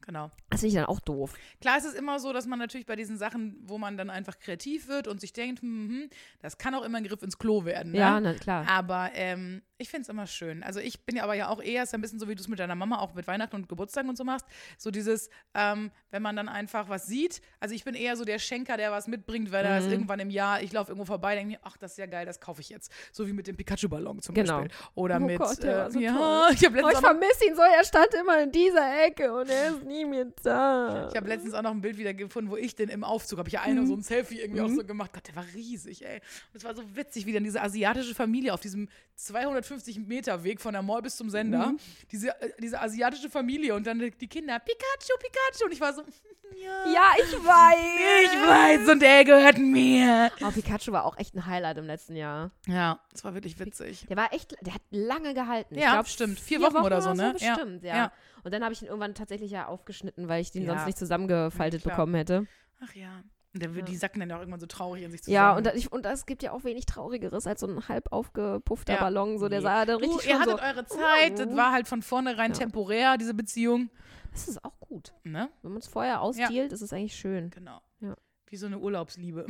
Speaker 2: Genau.
Speaker 1: das finde ich dann auch doof.
Speaker 2: Klar ist es immer so, dass man natürlich bei diesen Sachen, wo man dann einfach kreativ wird und sich denkt, hm, hm, das kann auch immer ein Griff ins Klo werden. Ne?
Speaker 1: Ja, na, klar.
Speaker 2: Aber ähm, ich finde es immer schön. Also ich bin ja aber ja auch eher, ist ja ein bisschen so, wie du es mit deiner Mama auch mit Weihnachten und Geburtstagen und so machst, so dieses, ähm, wenn man dann einfach was sieht. Also ich bin eher so der Schenker, der was mitbringt, weil er
Speaker 1: Mhm.
Speaker 2: das irgendwann im Jahr, ich laufe irgendwo vorbei, denke mir, ach, das ist ja geil, das kaufe ich jetzt. So wie mit dem Pikachu-Ballon zum
Speaker 1: Genau.
Speaker 2: Beispiel. Oder
Speaker 1: Oh
Speaker 2: mit, äh,
Speaker 1: Gott, der war so
Speaker 2: ja,
Speaker 1: toll.
Speaker 2: ich habe
Speaker 1: Oh,
Speaker 2: letztens,
Speaker 1: ich
Speaker 2: auch noch-
Speaker 1: vermisse ihn so, er stand immer in dieser Ecke und er ist nie mehr da.
Speaker 2: ich hab letztens auch noch ein Bild wieder gefunden, wo ich den im Aufzug, habe ich ja
Speaker 1: Mhm.
Speaker 2: einen so ein Selfie irgendwie auch so gemacht. Gott, der war riesig, ey. Und es war so witzig, wie dann diese asiatische Familie auf diesem 250 Meter Weg von der Mall bis zum Sender,
Speaker 1: Mhm.
Speaker 2: diese, äh, diese asiatische Familie und dann die Kinder, Pikachu, Pikachu. Und ich war so, ja,
Speaker 1: Ja, ich weiß.
Speaker 2: ich weiß und der gehört mir.
Speaker 1: Oh, Pikachu war auch echt ein Highlight im letzten Jahr.
Speaker 2: Ja, das war wirklich witzig.
Speaker 1: Der war echt, der hat lange gehalten. Ich
Speaker 2: Ja,
Speaker 1: glaub,
Speaker 2: stimmt. Vier Wochen oder so, ne? Ja.
Speaker 1: Bestimmt, ja.
Speaker 2: Ja.
Speaker 1: Und dann habe ich ihn irgendwann tatsächlich ja aufgeschnitten, weil ich den
Speaker 2: Ja.
Speaker 1: sonst nicht zusammengefaltet
Speaker 2: Klar.
Speaker 1: bekommen hätte.
Speaker 2: Ach ja. Und dann, wird- die sacken dann ja auch irgendwann so traurig in sich zusammen.
Speaker 1: Ja, und, da- ich, und es gibt ja auch wenig Traurigeres als so ein halb aufgepuffter
Speaker 2: Ja.
Speaker 1: Ballon. So, der
Speaker 2: Nee.
Speaker 1: sah dann richtig
Speaker 2: du, ihr
Speaker 1: schon
Speaker 2: hattet
Speaker 1: so.
Speaker 2: eure Zeit, das
Speaker 1: Uh.
Speaker 2: war halt von vornherein
Speaker 1: Ja.
Speaker 2: temporär, diese Beziehung.
Speaker 1: Das ist auch gut.
Speaker 2: Ne?
Speaker 1: Wenn man es vorher ausdealt, ist es eigentlich schön.
Speaker 2: Genau.
Speaker 1: Ja.
Speaker 2: Wie so eine Urlaubsliebe.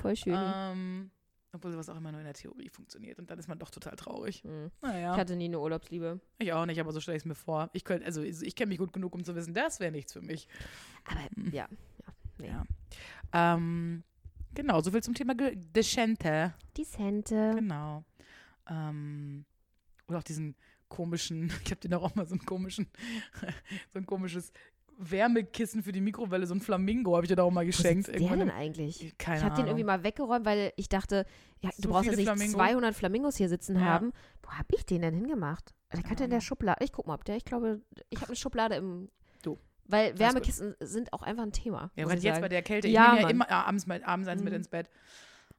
Speaker 1: Voll schön.
Speaker 2: Ähm, obwohl sowas auch immer nur in der Theorie funktioniert und dann ist man doch total traurig.
Speaker 1: Mhm. Ich
Speaker 2: Naja,
Speaker 1: hatte nie eine Urlaubsliebe.
Speaker 2: ich auch nicht, aber so stelle ich es mir vor. Ich könnte, also ich kenne mich gut genug, um zu wissen, das wäre nichts für mich.
Speaker 1: Aber ja,
Speaker 2: Ähm, genau, soviel zum Thema Ge- Deschente.
Speaker 1: die Sente.
Speaker 2: Genau. Ähm, oder auch diesen komischen, ich habe dir doch auch mal so einen komischen, so ein komisches Wärmekissen für die Mikrowelle, so ein Flamingo habe ich dir doch auch mal geschenkt.
Speaker 1: Wo sitzt der
Speaker 2: irgendwann
Speaker 1: denn
Speaker 2: im-
Speaker 1: eigentlich?
Speaker 2: Keine
Speaker 1: ich habe den
Speaker 2: Ahnung.
Speaker 1: irgendwie mal weggeräumt, weil ich dachte, ja, du
Speaker 2: So
Speaker 1: brauchst jetzt
Speaker 2: viele
Speaker 1: nicht
Speaker 2: Flamingo.
Speaker 1: 200 Flamingos hier sitzen
Speaker 2: Ja.
Speaker 1: haben. Wo habe ich den denn hingemacht? Der
Speaker 2: Keine
Speaker 1: könnte in der
Speaker 2: Ahnung.
Speaker 1: Schublade. Ich guck mal, ob der, ich glaube, ich habe eine Schublade im.
Speaker 2: Du.
Speaker 1: Weil
Speaker 2: gut.
Speaker 1: Wärmekissen sind auch einfach ein Thema.
Speaker 2: Ja,
Speaker 1: muss
Speaker 2: gerade
Speaker 1: ich
Speaker 2: jetzt
Speaker 1: sagen.
Speaker 2: bei der Kälte. Ich
Speaker 1: Ja,
Speaker 2: nehme ja
Speaker 1: Mann.
Speaker 2: immer ja, abends, mal, abends eins mit
Speaker 1: Mhm.
Speaker 2: ins Bett.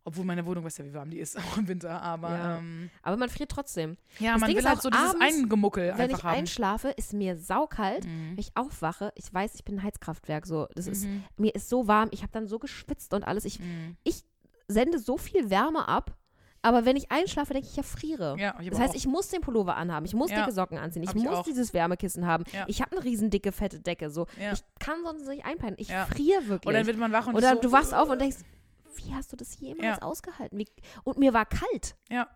Speaker 2: Obwohl meine Wohnung, weißt ja, wie warm die ist, auch im Winter. Aber
Speaker 1: Ja.
Speaker 2: ja, ähm,
Speaker 1: Aber man friert trotzdem.
Speaker 2: ja
Speaker 1: Das
Speaker 2: man
Speaker 1: Ding
Speaker 2: will
Speaker 1: ist
Speaker 2: halt
Speaker 1: auch
Speaker 2: so dieses
Speaker 1: abends,
Speaker 2: Eingemuckel
Speaker 1: Wenn
Speaker 2: einfach
Speaker 1: ich
Speaker 2: haben.
Speaker 1: einschlafe, ist mir saukalt.
Speaker 2: Mhm.
Speaker 1: Wenn ich aufwache, ich weiß, ich bin ein Heizkraftwerk. So, das ist, mir ist so warm, ich habe dann so geschwitzt und alles. Ich
Speaker 2: Mhm.
Speaker 1: sende so viel Wärme ab, aber wenn ich einschlafe, denke ich, ich erfriere.
Speaker 2: Ja, ich
Speaker 1: Das heißt, ich muss den Pullover anhaben, ich muss
Speaker 2: Ja.
Speaker 1: dicke Socken anziehen, ich
Speaker 2: Hab ich
Speaker 1: muss
Speaker 2: auch.
Speaker 1: dieses Wärmekissen haben.
Speaker 2: Ja.
Speaker 1: Ich habe eine riesen dicke, fette Decke. So.
Speaker 2: Ja.
Speaker 1: Ich kann sonst nicht einpennen. Ich
Speaker 2: Ja.
Speaker 1: friere wirklich.
Speaker 2: Und dann wird man wach und
Speaker 1: Oder
Speaker 2: so,
Speaker 1: du wachst auf und denkst, wie hast du das jemals
Speaker 2: Ja.
Speaker 1: ausgehalten? Wie, und mir war kalt.
Speaker 2: Ja.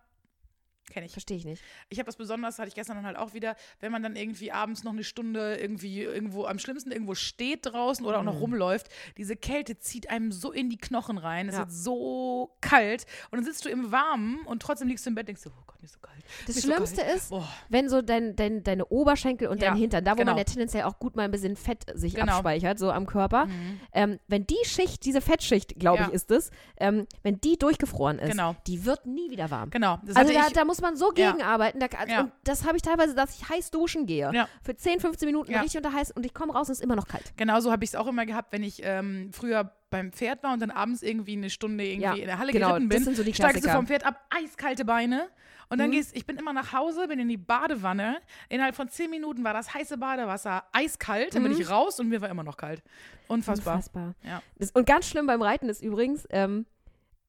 Speaker 2: Kenne ich.
Speaker 1: Verstehe ich nicht.
Speaker 2: Ich habe das besonders, hatte ich gestern dann halt auch wieder, wenn man dann irgendwie abends noch eine Stunde irgendwie irgendwo, am schlimmsten irgendwo steht draußen oder auch
Speaker 1: Mhm.
Speaker 2: noch rumläuft, diese Kälte zieht einem so in die Knochen rein, es
Speaker 1: Ja.
Speaker 2: wird so kalt und dann sitzt du im Warmen und trotzdem liegst du im Bett, denkst du, oh Gott, mir ist so kalt.
Speaker 1: Das
Speaker 2: mir ist
Speaker 1: Schlimmste
Speaker 2: so kalt.
Speaker 1: ist,
Speaker 2: Boah.
Speaker 1: Wenn so dein, dein, deine Oberschenkel und
Speaker 2: Ja,
Speaker 1: dein Hintern, da wo
Speaker 2: genau.
Speaker 1: man ja tendenziell auch gut mal ein bisschen Fett sich
Speaker 2: Genau. Mhm.
Speaker 1: abspeichert, so am Körper, ähm, wenn die Schicht, diese Fettschicht, glaube
Speaker 2: Ja.
Speaker 1: ich, ist es, ähm, wenn die durchgefroren ist,
Speaker 2: Genau.
Speaker 1: die wird nie wieder warm.
Speaker 2: Genau. Das
Speaker 1: also
Speaker 2: hatte
Speaker 1: da,
Speaker 2: ich,
Speaker 1: da muss man so
Speaker 2: Ja.
Speaker 1: gegenarbeiten. Da, also,
Speaker 2: Ja.
Speaker 1: Und das habe ich teilweise, dass ich heiß duschen gehe.
Speaker 2: Ja.
Speaker 1: Für 10, 15 Minuten
Speaker 2: Ja.
Speaker 1: richtig unter heiß und ich komme raus und es ist immer noch kalt.
Speaker 2: genauso habe ich es auch immer gehabt, wenn ich ähm, früher beim Pferd war und dann abends irgendwie eine Stunde irgendwie
Speaker 1: Ja,
Speaker 2: in der Halle
Speaker 1: genau,
Speaker 2: geritten bin,
Speaker 1: das sind so die
Speaker 2: steigst du
Speaker 1: Klassiker. Mhm.
Speaker 2: vom Pferd ab, eiskalte Beine und dann gehst, ich bin immer nach Hause, bin in die Badewanne, innerhalb von zehn Minuten war das heiße Badewasser eiskalt, dann bin ich raus und mir war immer noch kalt. Unfassbar.
Speaker 1: Mhm. Unfassbar.
Speaker 2: Ja.
Speaker 1: Das, und ganz schlimm beim Reiten ist übrigens, ähm,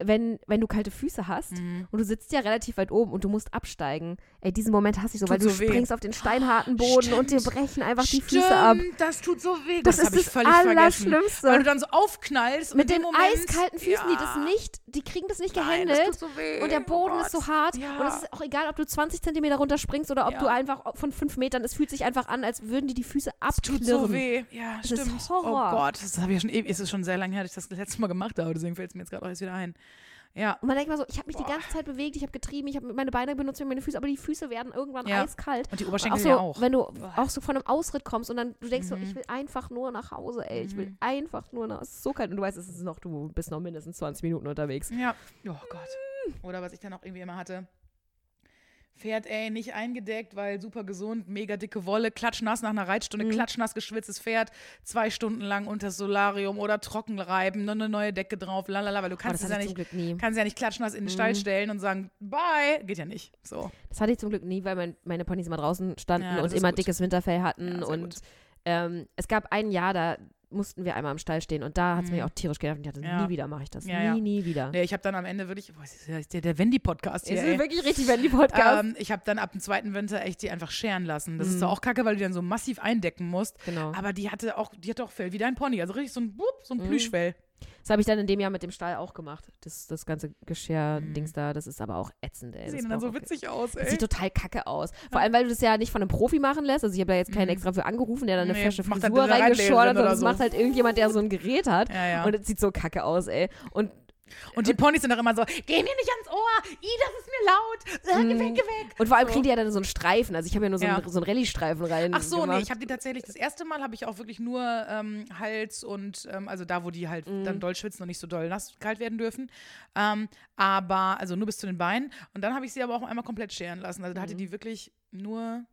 Speaker 1: wenn, wenn du kalte Füße hast
Speaker 2: Mhm.
Speaker 1: und du sitzt ja relativ weit oben und du musst absteigen. Ey, diesen Moment hasse ich so, weil
Speaker 2: Tut
Speaker 1: du
Speaker 2: so weh. Ah,
Speaker 1: springst auf den steinharten Boden und dir
Speaker 2: Stimmt.
Speaker 1: brechen einfach
Speaker 2: Stimmt,
Speaker 1: die Füße ab.
Speaker 2: das tut so weh.
Speaker 1: Das
Speaker 2: Gott,
Speaker 1: ist
Speaker 2: hab ich
Speaker 1: das
Speaker 2: völlig vergessen.
Speaker 1: Allerschlimmste.
Speaker 2: Weil du dann so aufknallst. und
Speaker 1: Mit
Speaker 2: in
Speaker 1: den
Speaker 2: dem Moment,
Speaker 1: eiskalten Füßen, die das
Speaker 2: ja,
Speaker 1: nicht, die kriegen das nicht
Speaker 2: nein,
Speaker 1: gehandelt.
Speaker 2: das tut so weh.
Speaker 1: und der Boden
Speaker 2: oh
Speaker 1: ist so
Speaker 2: Gott.
Speaker 1: hart.
Speaker 2: Ja.
Speaker 1: Und es ist auch egal, ob du 20 Zentimeter runterspringst oder ob
Speaker 2: Ja.
Speaker 1: du einfach von fünf Metern, es fühlt sich einfach an, als würden die die Füße abklirren.
Speaker 2: Tut so weh. Ja,
Speaker 1: Das ist
Speaker 2: stimmt.
Speaker 1: Horror.
Speaker 2: Oh Gott, das habe ich ja schon ewig. Es ist schon sehr lange her, dass ich das letzte Mal gemacht habe. Deswegen fällt es mir jetzt gerade auch erst wieder ein. Ja.
Speaker 1: Und man denkt mal so, ich habe mich die
Speaker 2: Boah.
Speaker 1: ganze Zeit bewegt, ich habe getrieben, ich habe meine Beine benutzt, meine Füße, aber die Füße werden irgendwann
Speaker 2: Ja.
Speaker 1: eiskalt.
Speaker 2: Und die
Speaker 1: auch
Speaker 2: Oberschenkel
Speaker 1: so,
Speaker 2: ja auch. Mhm.
Speaker 1: wenn du auch so von einem Ausritt kommst und dann du denkst so, ich will einfach nur nach Hause, ey, ich will einfach nur nach, es ist so kalt und du weißt, es ist noch, du bist noch mindestens 20 Minuten unterwegs.
Speaker 2: Ja. Oh Gott. Oder was ich dann auch irgendwie immer hatte. Pferd, ey, nicht eingedeckt, weil super gesund, mega dicke Wolle, klatschnass nach einer
Speaker 1: Mhm.
Speaker 2: Reitstunde, klatschnass geschwitztes Pferd, zwei Stunden lang unter das Solarium oder trocken reiben, noch eine neue Decke drauf, lalala, weil du kannst
Speaker 1: das
Speaker 2: es ja
Speaker 1: hatte ich Mhm.
Speaker 2: nicht,
Speaker 1: zum Glück nie.
Speaker 2: kannst ja nicht klatschnass in den Stall stellen und sagen, bye, geht ja nicht. So.
Speaker 1: Das hatte ich zum Glück nie, weil mein, meine Ponys immer draußen standen
Speaker 2: Ja, das
Speaker 1: und
Speaker 2: ist
Speaker 1: immer
Speaker 2: gut.
Speaker 1: dickes Winterfell
Speaker 2: Ja,
Speaker 1: hatten.
Speaker 2: sehr
Speaker 1: und
Speaker 2: gut.
Speaker 1: ähm, es gab ein Jahr, da mussten wir einmal am Stall stehen und da hat es
Speaker 2: Mhm.
Speaker 1: mir auch tierisch genervt und ich dachte,
Speaker 2: Ja.
Speaker 1: nie wieder mache ich das.
Speaker 2: Ja,
Speaker 1: nie,
Speaker 2: ja.
Speaker 1: nie wieder.
Speaker 2: Nee, ich habe dann am Ende wirklich, boah, ist ja- ist der, der Wendy-Podcast hier.
Speaker 1: ne? Es
Speaker 2: ey.
Speaker 1: ist wirklich richtig, wenn die Podcast. Mhm.
Speaker 2: Ähm, ich habe dann ab dem zweiten Winter echt die einfach scheren lassen. Das ist zwar auch kacke, weil du die dann so massiv eindecken musst.
Speaker 1: genau.
Speaker 2: Aber die hatte auch, die hatte auch Fell wie dein Pony. Also richtig so ein Bup, so ein
Speaker 1: Mhm.
Speaker 2: Plüschfell.
Speaker 1: Das habe ich dann in dem Jahr mit dem Stall auch gemacht. Das, das ganze Geschirr-Dings da, das ist aber auch ätzend, ey.
Speaker 2: Die
Speaker 1: Das
Speaker 2: Mhm. sehen dann
Speaker 1: braucht
Speaker 2: so
Speaker 1: auch-
Speaker 2: witzig aus,
Speaker 1: Das
Speaker 2: ey.
Speaker 1: sieht total kacke aus. Vor allem, weil du das ja nicht von einem Profi machen lässt. Also ich habe da jetzt keinen extra für angerufen, der da eine
Speaker 2: Mhm. Nee,
Speaker 1: frische
Speaker 2: macht halt
Speaker 1: Frisur
Speaker 2: eine
Speaker 1: reingeschoren hat,
Speaker 2: Reitlehrerin
Speaker 1: sondern
Speaker 2: oder
Speaker 1: das
Speaker 2: so.
Speaker 1: macht halt irgendjemand, der so ein Gerät hat.
Speaker 2: Ja, ja.
Speaker 1: Und es sieht so kacke aus, ey. Und
Speaker 2: Und
Speaker 1: äh
Speaker 2: die Ponys sind auch immer so, geh mir nicht ans Ohr, i, das ist mir laut,
Speaker 1: Mhm.
Speaker 2: äh, geh weg, geh weg.
Speaker 1: Und vor allem
Speaker 2: So.
Speaker 1: kriegt die ja dann so einen Streifen. Also ich habe ja nur so
Speaker 2: Ja.
Speaker 1: einen, so einen Rallye-Streifen rein.
Speaker 2: Ach so,
Speaker 1: gemacht.
Speaker 2: nee, ich habe die tatsächlich, das erste Mal habe ich auch wirklich nur ähm, Hals und, ähm, also da, wo die halt
Speaker 1: Mhm.
Speaker 2: dann doll schwitzen und nicht so doll nass kalt werden dürfen. Ähm, aber, also nur bis zu den Beinen. Und dann habe ich sie aber auch einmal komplett scheren lassen. Also da
Speaker 1: Mhm.
Speaker 2: hatte die wirklich nur,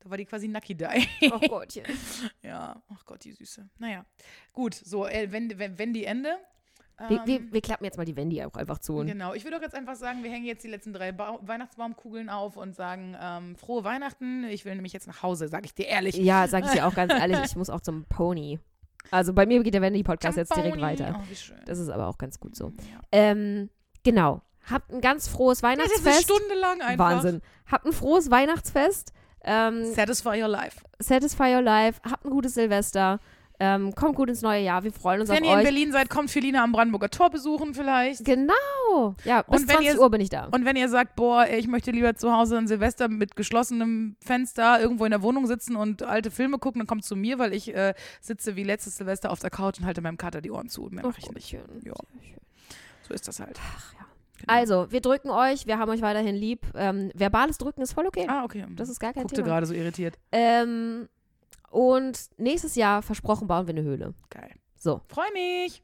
Speaker 2: da war die quasi Nucky Die.
Speaker 1: Oh Gottchen.
Speaker 2: ja, ach Gott, die Süße. Naja, gut, so, äh, wenn, wenn, wenn die Ende. ähm,
Speaker 1: Wir, wir, wir klappen jetzt mal die Wendy auch einfach zu. Und
Speaker 2: Genau, ich würde auch jetzt einfach sagen, wir hängen jetzt die letzten drei Bau- Weihnachtsbaumkugeln auf und sagen, ähm, frohe Weihnachten, ich will nämlich jetzt nach Hause, sag ich dir ehrlich.
Speaker 1: ja, sage ich dir auch ganz ehrlich, ich muss auch zum Pony. Also bei mir geht der Wendy-Podcast jetzt direkt
Speaker 2: Champagner.
Speaker 1: weiter.
Speaker 2: Oh, wie schön.
Speaker 1: Das ist aber auch ganz gut so.
Speaker 2: Ja.
Speaker 1: Ähm, genau. Habt ein ganz frohes
Speaker 2: Das ist eine
Speaker 1: Weihnachtsfest.
Speaker 2: Stunde lang einfach.
Speaker 1: Wahnsinn. Habt ein frohes Weihnachtsfest. Ähm,
Speaker 2: Satisfy your life.
Speaker 1: satisfy your life. Habt ein gutes Silvester. Ähm, kommt gut ins neue Jahr. Wir freuen uns
Speaker 2: Wenn ihr
Speaker 1: auf
Speaker 2: in
Speaker 1: euch.
Speaker 2: Berlin seid, kommt Felina am Brandenburger Tor besuchen vielleicht.
Speaker 1: Genau. Ja, bis
Speaker 2: Und wenn ihr-
Speaker 1: 20 Uhr bin ich da.
Speaker 2: Und wenn ihr sagt, boah, ey, ich möchte lieber zu Hause an Silvester mit geschlossenem Fenster irgendwo in der Wohnung sitzen und alte Filme gucken, dann kommt zu mir, weil ich äh, sitze wie letztes Silvester auf der Couch und halte meinem Kater die Ohren zu. Mehr
Speaker 1: Oh
Speaker 2: mache ich nicht.
Speaker 1: Gottchen.
Speaker 2: Ja. So ist das halt.
Speaker 1: Also, wir drücken euch, wir haben euch weiterhin lieb. Ähm, verbales Drücken ist voll okay.
Speaker 2: Ah, okay.
Speaker 1: Das ist gar kein
Speaker 2: Guckte
Speaker 1: Thema.
Speaker 2: gerade so irritiert.
Speaker 1: Ähm, und nächstes Jahr, versprochen, bauen wir eine Höhle.
Speaker 2: Geil.
Speaker 1: So.
Speaker 2: Freue mich.